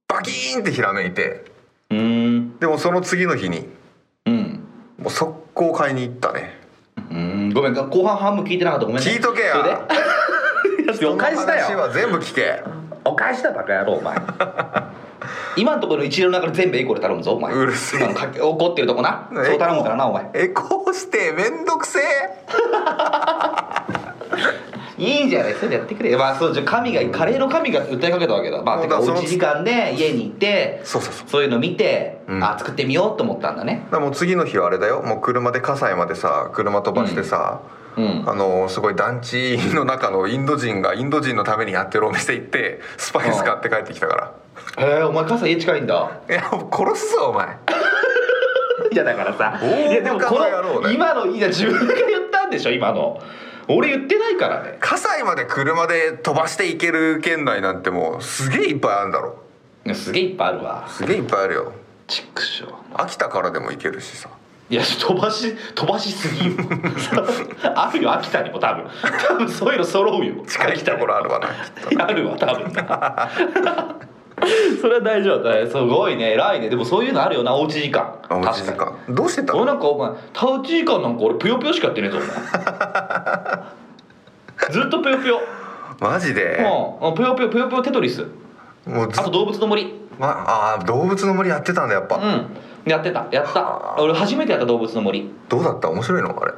[SPEAKER 1] バキーンってひらめいて
[SPEAKER 2] うん
[SPEAKER 1] でもその次の日に
[SPEAKER 2] うん
[SPEAKER 1] もう速攻買いに行ったね
[SPEAKER 2] うんごめん後半半分聞いてなかったごめんね
[SPEAKER 1] 聞いとけよ
[SPEAKER 2] それで お返しだ
[SPEAKER 1] 人の
[SPEAKER 2] よ
[SPEAKER 1] 話は全部聞け
[SPEAKER 2] お返しだバカ野郎 お前今のところの一連の中で全部エコで頼むぞお前
[SPEAKER 1] うるせえ
[SPEAKER 2] 今のかけ怒ってるとこなそう頼むからなお前
[SPEAKER 1] エコーしてめんどくせえ
[SPEAKER 2] いいじゃないそれでやってくれまあそうじゃあ神がカレーの神が訴えかけたわけだまあ
[SPEAKER 1] そう
[SPEAKER 2] て
[SPEAKER 1] だ
[SPEAKER 2] かお
[SPEAKER 1] そう
[SPEAKER 2] ち時間で家に行って
[SPEAKER 1] そうそうそう
[SPEAKER 2] そういうの見て、
[SPEAKER 1] うん
[SPEAKER 2] あ作ってみようと思ったんだね
[SPEAKER 1] だからもう次の日はあれだよもう車で葛西までさ車飛ばしてさ、
[SPEAKER 2] うん
[SPEAKER 1] あのすごい団地の中のインド人がインド人のためにやってるお店行ってスパイス買って帰ってきたから、
[SPEAKER 2] へえお前母さん家近いん だ
[SPEAKER 1] いや殺すぞお前
[SPEAKER 2] いやだからさ
[SPEAKER 1] 大
[SPEAKER 2] いやでも
[SPEAKER 1] バカ
[SPEAKER 2] こ
[SPEAKER 1] な野郎
[SPEAKER 2] の
[SPEAKER 1] ね
[SPEAKER 2] 今のいや自分が言ったんでしょ今の俺言ってないからね
[SPEAKER 1] 葛西まで車で飛ばして行ける県内なんてもうすげえいっぱいあるんだろ
[SPEAKER 2] いやすげえいっぱいあるわ
[SPEAKER 1] すげえいっぱいあるよ
[SPEAKER 2] ちくしょう
[SPEAKER 1] 秋田からでも行けるしさ
[SPEAKER 2] いや飛ばし飛ばしすぎよ あるよ秋田にも多分多分そういうの揃うよ
[SPEAKER 1] 近い
[SPEAKER 2] 秋田
[SPEAKER 1] と
[SPEAKER 2] に
[SPEAKER 1] こ
[SPEAKER 2] も
[SPEAKER 1] ろあるわな
[SPEAKER 2] あるわ多分 なそれは大丈夫だねすごいね偉いねでもそういうのあるよなおうち時間
[SPEAKER 1] おうち時
[SPEAKER 2] 確か
[SPEAKER 1] 間どうしてた
[SPEAKER 2] に俺
[SPEAKER 1] の
[SPEAKER 2] なんかお前たおうち時間なんか俺ぷよぷよしかやってねえぞお前 ずっとぷよぷよ
[SPEAKER 1] マジで、
[SPEAKER 2] うんぷよぷよぷよぷよテトリス
[SPEAKER 1] もうず
[SPEAKER 2] あと動物の森
[SPEAKER 1] まあー動物の森やってたんだやっぱ、
[SPEAKER 2] うんやってたやった
[SPEAKER 1] はあ
[SPEAKER 2] 俺初めてやった動物の森
[SPEAKER 1] どうだった面白いのあれ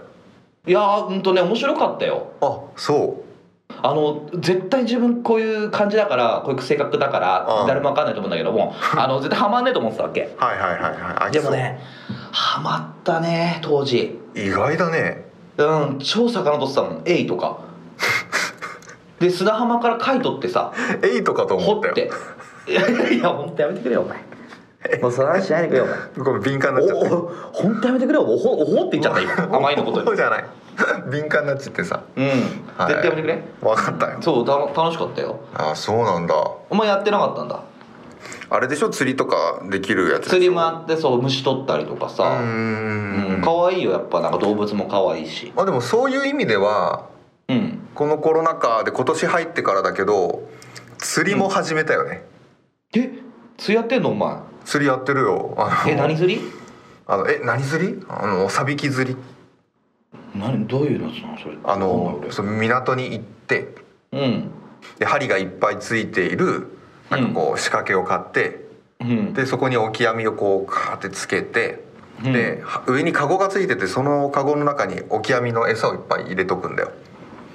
[SPEAKER 2] いやーうんとね面白かったよ
[SPEAKER 1] あそう
[SPEAKER 2] あの絶対自分こういう感じだからこういう性格だから
[SPEAKER 1] うん
[SPEAKER 2] 誰もわかんないと思うんだけどもあの絶対ハマんねえと思ってたわけ
[SPEAKER 1] はいはいはいはい飽き
[SPEAKER 2] で
[SPEAKER 1] そ
[SPEAKER 2] も
[SPEAKER 1] う
[SPEAKER 2] ねハマったね当時
[SPEAKER 1] 意外だね
[SPEAKER 2] うん超魚取ってたもんエイとかで砂浜から貝取ってさ
[SPEAKER 1] エイとかと
[SPEAKER 2] 掘
[SPEAKER 1] 思った
[SPEAKER 2] っ
[SPEAKER 1] よ
[SPEAKER 2] ていやいや本当やめてくれよお前もうその話しないでくれよお前
[SPEAKER 1] ごめん敏感になっちゃっ
[SPEAKER 2] お
[SPEAKER 1] て
[SPEAKER 2] お本当やめてくれよおほおほって言っちゃった今甘いのことに
[SPEAKER 1] そうじゃない 敏感になっちゃってさ
[SPEAKER 2] うん、
[SPEAKER 1] はい
[SPEAKER 2] 絶対やめてくれ
[SPEAKER 1] 分かったよ
[SPEAKER 2] そうた楽しかったよ
[SPEAKER 1] あそうなんだ
[SPEAKER 2] お前やってなかったんだ
[SPEAKER 1] あれでしょ釣りとかできるやつ
[SPEAKER 2] 釣りもやってそう虫取ったりとか
[SPEAKER 1] う
[SPEAKER 2] さ、
[SPEAKER 1] ー
[SPEAKER 2] うんん、可愛いよやっぱなんか動物も可愛いし
[SPEAKER 1] まあでもそういう意味では
[SPEAKER 2] うん
[SPEAKER 1] このコロナ禍で今年入ってからだけど釣りも始めたよね、
[SPEAKER 2] え釣りやってんのお前
[SPEAKER 1] 釣りやってるよあの
[SPEAKER 2] え何釣り
[SPEAKER 1] あのえ何釣りあのサビキ釣り
[SPEAKER 2] 何どういうやつなのそれ
[SPEAKER 1] あ
[SPEAKER 2] わかん
[SPEAKER 1] の
[SPEAKER 2] ない
[SPEAKER 1] その港に行って
[SPEAKER 2] 俺うん
[SPEAKER 1] で針がいっぱいついているなんかこう仕掛けを買って、
[SPEAKER 2] うん
[SPEAKER 1] でそこにオキアミをこうカーってつけて、
[SPEAKER 2] うん
[SPEAKER 1] では上にカゴがついててそのカゴの中にオキアミの餌をいっぱい入れとくんだよ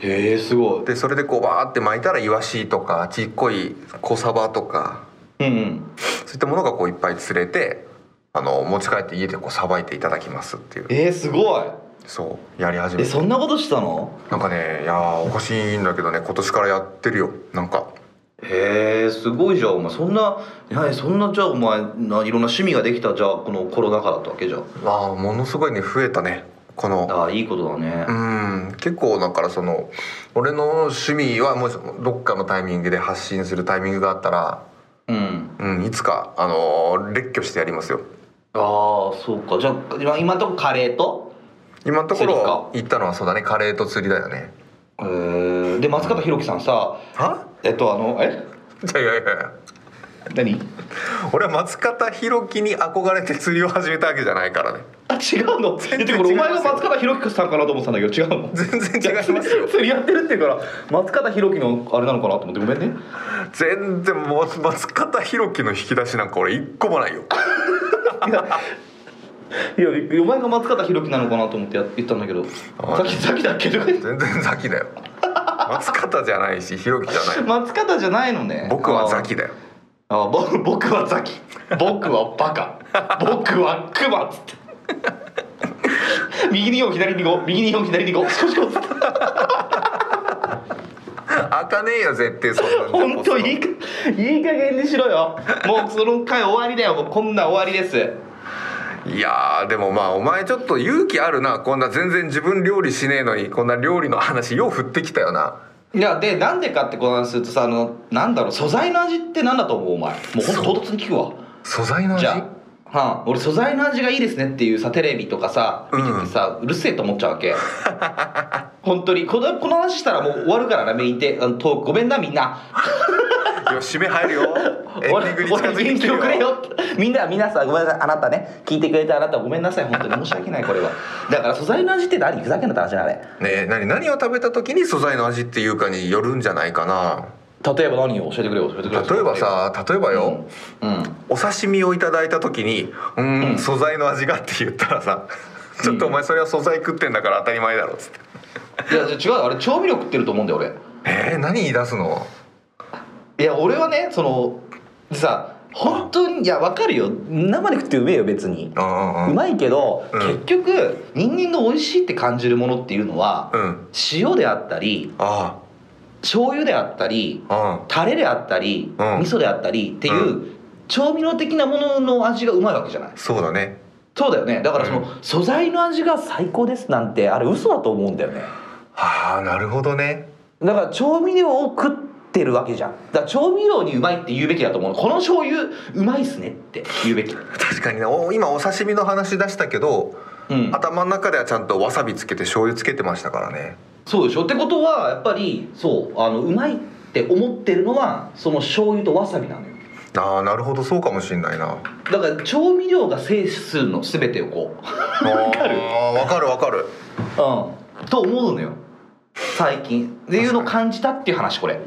[SPEAKER 2] へえすごい
[SPEAKER 1] でそれでこうバーって巻いたらイワシとかちっこい小サバとか
[SPEAKER 2] うんうん
[SPEAKER 1] そういったものがこういっぱい釣れてあの持ち帰って家でこうさばいていただきますっていう
[SPEAKER 2] えー、すごい
[SPEAKER 1] そうやり始め
[SPEAKER 2] え
[SPEAKER 1] て
[SPEAKER 2] そんなことしたの
[SPEAKER 1] なんかねいやーおかしいんだけどね今年からやってるよなんか
[SPEAKER 2] へえすごいじゃんお前そんな何そんなじゃあお前ないろんな趣味ができたじゃあこのコロナ禍だったわけじゃん
[SPEAKER 1] ああものすごいね増えたねこの
[SPEAKER 2] ああいいことだね
[SPEAKER 1] うん結構だからその俺の趣味はもしどっかのタイミングで発信するタイミングがあったら、
[SPEAKER 2] うん、
[SPEAKER 1] うん、いつかあのー列挙してやりますよ
[SPEAKER 2] ああそうかじゃあ今今のとこカレーと
[SPEAKER 1] 今のとこ
[SPEAKER 2] 釣りか
[SPEAKER 1] ろ行ったのはそうだねカレーと釣りだよね
[SPEAKER 2] えー、で松方弘樹さんさ
[SPEAKER 1] は
[SPEAKER 2] えっとあのえ
[SPEAKER 1] いやいやいやいや
[SPEAKER 2] 何
[SPEAKER 1] 俺は松方弘樹に憧れて釣りを始めたわけじゃないからね
[SPEAKER 2] あ違うの
[SPEAKER 1] 全
[SPEAKER 2] えて
[SPEAKER 1] 然
[SPEAKER 2] か俺
[SPEAKER 1] 違
[SPEAKER 2] お
[SPEAKER 1] います
[SPEAKER 2] 前
[SPEAKER 1] よ
[SPEAKER 2] が松方弘樹さんかなと思ってたんだけど違うの
[SPEAKER 1] 全然違いますよ
[SPEAKER 2] 釣りやってるって言うから松方弘樹のあれなのかなと思ってごめんね
[SPEAKER 1] 全然もう松方弘樹の引き出しなんか俺一個もないよ
[SPEAKER 2] いやお前が松方弘樹なのかなと思ってや言ったんだけど
[SPEAKER 1] あ
[SPEAKER 2] さっきさっきだっけとか言って
[SPEAKER 1] 全然ザキだよ松方じゃないし弘樹じゃない
[SPEAKER 2] 松方じゃないのね
[SPEAKER 1] 僕はザキだよ
[SPEAKER 2] ああぼ 僕はザキ僕はバカ僕はクマっつって 右に4左に5右に4左に5少しこつって
[SPEAKER 1] 開かねえよ絶対そんなん
[SPEAKER 2] 本当いい
[SPEAKER 1] い
[SPEAKER 2] かいい加減にしろよもうその回終わりだよもうこんなん終わりです
[SPEAKER 1] いやーでもまあお前ちょっと勇気あるなこんな全然自分料理しねえのにこんな料理の話よう振ってきたよない
[SPEAKER 2] やでなんでかってこの話するとさあのなんだろう素材の味ってなんだと思うお前もうほんと唐突に聞くわ
[SPEAKER 1] 素材の味
[SPEAKER 2] じゃあ、はあ、俺素材の味がいいですねっていうさテレビとかさ見ててさ、うるせえと思っちゃうわけ 本当にこのこの話したらもう終わるからなメインテあのトークごめんなみんな
[SPEAKER 1] よ締め入るよ エンディングに近づいてき
[SPEAKER 2] 俺俺元
[SPEAKER 1] て
[SPEAKER 2] 気をくれ
[SPEAKER 1] るよ
[SPEAKER 2] よみんな皆さんごめんなさいあなたね聞いてくれたあなたごめんなさい本当に申し訳ないこれはだから素材の味って何ふざけんなって話なあれ
[SPEAKER 1] ねえ何何を食べた時に素材の味っていうかによるんじゃないかな
[SPEAKER 2] 例えば何を教えてくれよ教えてくれよ
[SPEAKER 1] 例えばさ例えばよ、
[SPEAKER 2] うん、うん
[SPEAKER 1] お刺身をいただいた時に「うーん、
[SPEAKER 2] うん
[SPEAKER 1] 素材の味が」って言ったらさ「ちょっとお前それは素材食ってんだから当たり前だろ」っつって
[SPEAKER 2] いや違うあれ調味料食ってると思うんだよ俺
[SPEAKER 1] 「えー、何言い出すの?
[SPEAKER 2] いや俺はねそのでさ本当にいやわかるよ生で食ってうめえよ別に
[SPEAKER 1] うんうんうん」
[SPEAKER 2] うまいけど、
[SPEAKER 1] うん
[SPEAKER 2] 結局人間が美味しいって感じるものっていうのは、
[SPEAKER 1] うん
[SPEAKER 2] 塩であったり
[SPEAKER 1] あ
[SPEAKER 2] 醤油であったり
[SPEAKER 1] あ
[SPEAKER 2] タレであったり、
[SPEAKER 1] うん
[SPEAKER 2] 味噌であったりっていう、
[SPEAKER 1] う
[SPEAKER 2] 調味料的なものの味がうまいわけじゃない
[SPEAKER 1] うんそうだね
[SPEAKER 2] そうだよねだからその、
[SPEAKER 1] う
[SPEAKER 2] 素材の味が最高ですなんてあれ嘘だと思うんだよね
[SPEAKER 1] はあなるほどね
[SPEAKER 2] だから調味料を食ってるわけじゃんだから調味料にうまいって言うべきだと思うのこの醤油うまいっすねって言うべき、う
[SPEAKER 1] 確かにねお今お刺身の話出したけど、
[SPEAKER 2] ん、
[SPEAKER 1] 頭の中ではちゃんとわさびつけて醤油つけてましたからね
[SPEAKER 2] そうでしょってことはやっぱりそうあのうまいって思ってるのはその醤油とわさびなのよ
[SPEAKER 1] ああなるほどそうかもしんないな
[SPEAKER 2] だから調味料が制するの全てをこう
[SPEAKER 1] あーわかるわかる
[SPEAKER 2] うんと思うのよ最近っていうのを感じたっていう話これ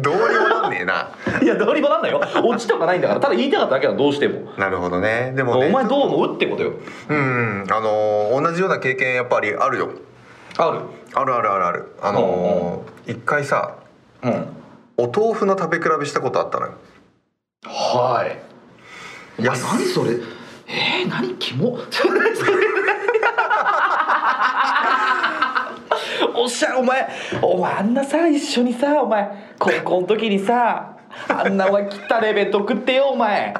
[SPEAKER 1] どうにもなんねえない
[SPEAKER 2] やどうにもなんだよ落ちとかないんだからただ言いたかっただけなのどうしても
[SPEAKER 1] なるほどねでもね
[SPEAKER 2] お前どう思うってことよ
[SPEAKER 1] うんうんあのー同じような経験やっぱりあるよ
[SPEAKER 2] ある
[SPEAKER 1] あるあるあるあるあのー一回さ
[SPEAKER 2] うん
[SPEAKER 1] お豆腐の食べ比べしたことあったのよ
[SPEAKER 2] はい
[SPEAKER 1] いや
[SPEAKER 2] お前何それえー、何キモ
[SPEAKER 4] おっしゃお前お前あんなさ一緒にさお前高校の時にさあんなお前汚れ弁当食ってよお前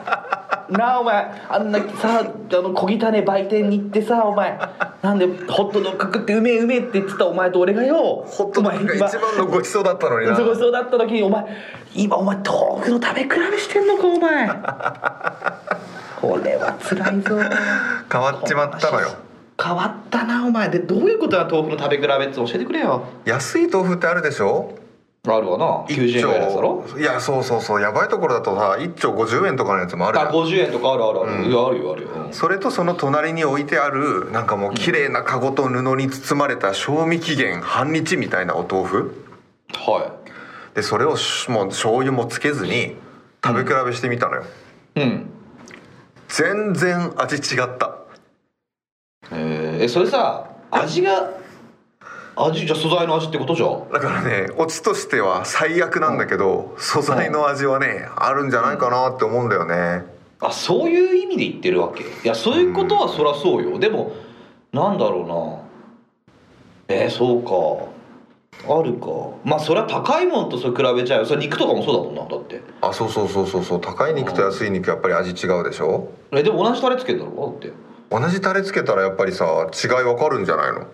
[SPEAKER 4] なあお前あんなさあの小汚ね売店に行ってさお前なんでホットドッグ食ってうめえうめえって言ってたお前と俺がよ
[SPEAKER 1] ホットドッグが一番のごちそうだったのにな
[SPEAKER 4] そこそうだった時にお前今お前豆腐の食べ比べしてんのかお 前これは辛いぞ
[SPEAKER 1] 変わっちまったのよ
[SPEAKER 2] 変わったなお前でどういうことだ豆腐の食べ比べって教えてくれよ
[SPEAKER 1] 安い豆腐ってあるでしょ
[SPEAKER 2] あるわな90円ぐらいのやつだろ
[SPEAKER 1] いやそうそうそうやばいところだとさ1丁50円とかのやつもあるじゃ
[SPEAKER 2] あ
[SPEAKER 1] ん
[SPEAKER 2] 50円とかあるあるある、
[SPEAKER 1] うん
[SPEAKER 2] いやあるよあるよ、
[SPEAKER 1] それとその隣に置いてあるなんかもう綺麗なカゴと布に包まれた賞味期限半日みたいなお豆腐
[SPEAKER 2] は
[SPEAKER 1] でそれをしもう醤油もつけずに食べ比べしてみたのよ、
[SPEAKER 2] いうん
[SPEAKER 1] 全然味違った
[SPEAKER 2] えーえそれさ味が味じゃ素材の味ってことじゃん
[SPEAKER 1] だからねオチとしては最悪なんだけど、素材の味はねあるんじゃないかなって思うんだよね、
[SPEAKER 2] あそういう意味で言ってるわけいやそういうことはそりゃそうよ、でもなんだろうなえー、そうかあるかまあそりゃ高いもんとそれ比べちゃうよそれ肉とかもそうだもんなだって
[SPEAKER 1] あそうそうそうそうそう高い肉と安い肉やっぱり味違うでしょ
[SPEAKER 2] えでも同じタレつけんだろだって
[SPEAKER 1] 同じタレつけたらやっぱりさ違いわかるんじゃないの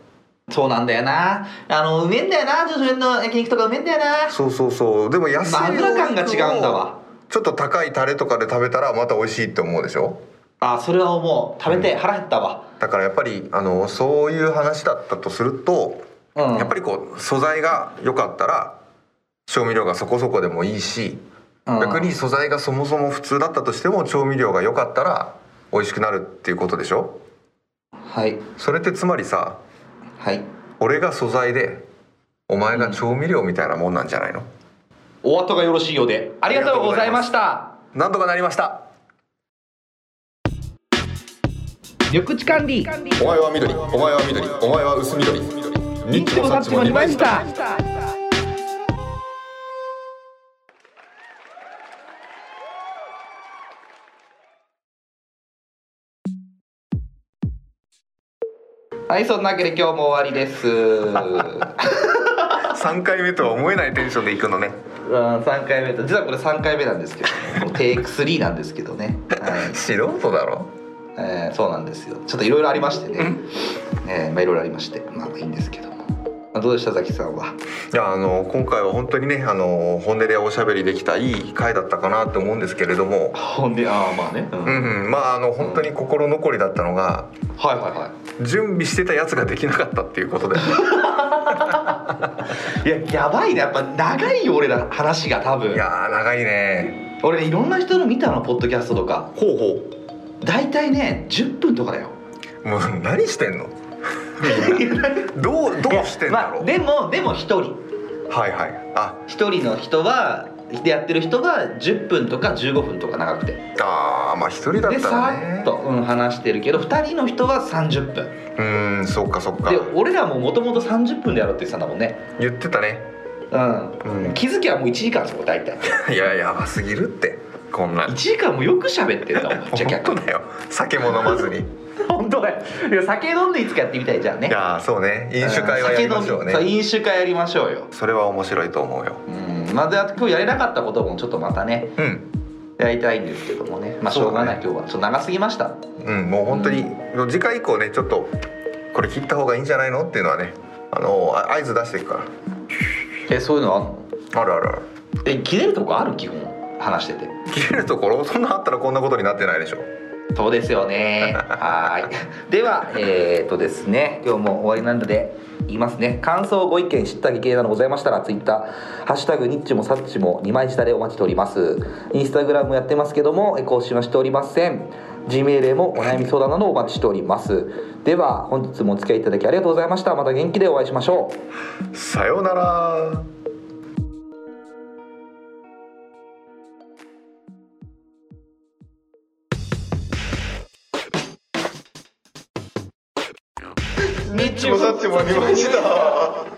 [SPEAKER 2] そうなんだよなあのうめえんだよな女子の焼肉とかうめえんだよな
[SPEAKER 1] そうそうそうでも安い
[SPEAKER 2] まあ油感が違うんだ
[SPEAKER 1] お肉を
[SPEAKER 2] わ
[SPEAKER 1] ちょっと高いタレとかで食べたらまた美味しいって思うでしょ
[SPEAKER 2] あそれは思う食べて腹減ったわ、
[SPEAKER 1] だからやっぱりあのそういう話だったとすると、
[SPEAKER 2] うん
[SPEAKER 1] やっぱりこう素材が良かったら調味料がそこそこでもいいし、
[SPEAKER 2] うん
[SPEAKER 1] 逆に素材がそもそも普通だったとしても調味料が良かったら美味しくなるっていうことでしょ
[SPEAKER 2] はい
[SPEAKER 1] それってつまりさ
[SPEAKER 2] はい
[SPEAKER 1] 俺が素材でお前が調味料みたいなもんなんじゃないの、
[SPEAKER 2] お後がよろしいようでありがとうございました
[SPEAKER 1] なんとかなりました
[SPEAKER 3] 緑地管理
[SPEAKER 1] お前は緑お前は緑お前は薄緑ニッチもサッチも2枚
[SPEAKER 3] した
[SPEAKER 2] はいそんなわけで今日も終わりですうん
[SPEAKER 1] 3回目とは思えないテンションでいくのね
[SPEAKER 2] 三回目と実はこれ三回目なんですけ ど、ね、テイク3なんですけどね、はい
[SPEAKER 1] 素人だろ
[SPEAKER 2] えーそうなんですよちょっといろいろありましてね、えーまあいろいろありましてまあいいんですけどもあどうでしたザキさんはい
[SPEAKER 1] やあの今回は本当にねあの本音でおしゃべりできたいい回だったかなと思うんですけれども
[SPEAKER 2] ほんでああまあね、うん
[SPEAKER 1] うん、うん、まああの本当に心残りだったのが
[SPEAKER 2] はいはいは
[SPEAKER 1] 準備してたやつができなかったっていうことで
[SPEAKER 2] いいややばいねやっぱ長いよ俺ら話が多分
[SPEAKER 1] いやー長いね
[SPEAKER 2] 俺ねいろんな人の見たのポッドキャストとか
[SPEAKER 1] ほう
[SPEAKER 2] 大体ね10分とかだよ
[SPEAKER 1] ほうもう何してんのみんなどうどうしてんだろ
[SPEAKER 2] まあ、
[SPEAKER 1] う、
[SPEAKER 2] でもでも1人
[SPEAKER 1] はいはいあ
[SPEAKER 2] 一人の人はでやってる人は10分とか15分とか長くて
[SPEAKER 1] あーまあ一人だっ
[SPEAKER 2] で
[SPEAKER 1] た
[SPEAKER 2] さ
[SPEAKER 1] らね
[SPEAKER 2] ーっと、うん、話してるけど2人の人は30分
[SPEAKER 1] うーんそっかそっか
[SPEAKER 2] で俺らももともと30分でやろうって言ってたんだもんね
[SPEAKER 1] 言ってたね
[SPEAKER 2] うん
[SPEAKER 1] うん
[SPEAKER 2] 気づきはもう1時間そこ大体
[SPEAKER 1] いややばすぎるってこんな
[SPEAKER 2] 1時間もよく喋ってるなお 前じゃあ
[SPEAKER 1] 本
[SPEAKER 2] 逆
[SPEAKER 1] 当
[SPEAKER 2] に
[SPEAKER 1] だよ酒も飲 まずにい
[SPEAKER 2] 本当だよいや酒飲んでいつかやってみたいじゃんね
[SPEAKER 1] やーそうね飲酒会はやりましょ
[SPEAKER 2] 酒飲
[SPEAKER 1] う
[SPEAKER 2] みそう
[SPEAKER 1] ね
[SPEAKER 2] 飲酒会やりましょうよ
[SPEAKER 1] それは面白いと思うよ
[SPEAKER 2] うんまあであと今日やれなかったこともちょっとまたね
[SPEAKER 1] うん
[SPEAKER 2] やりたいんですけどもねまあしょうがない、今日はちょっと長すぎました
[SPEAKER 1] うんもう本当に次回以降ねちょっとこれ切った方がいいんじゃないのっていうのはねあのあ合図出していくか
[SPEAKER 2] えそういうのあんの
[SPEAKER 1] らあるあるある
[SPEAKER 2] え切れるとこある基本話してて
[SPEAKER 1] 切れるところそんなあったらこんなことになってないでしょ
[SPEAKER 2] そうですよねはーいではえー、っとですね今日も終わりなので言いますね感想ご意見知ったり系などございましたらツイッターハッシュタグニッチもサッチも二枚舌でお待ちしておりますインスタグラムやってますけどもえ更新はしておりません G メールへもお悩み相談などお待ちしておりますでは本日もお付き合いいただきありがとうございましたまた元気でお会いしましょう
[SPEAKER 1] さようならニッチもサッチもありました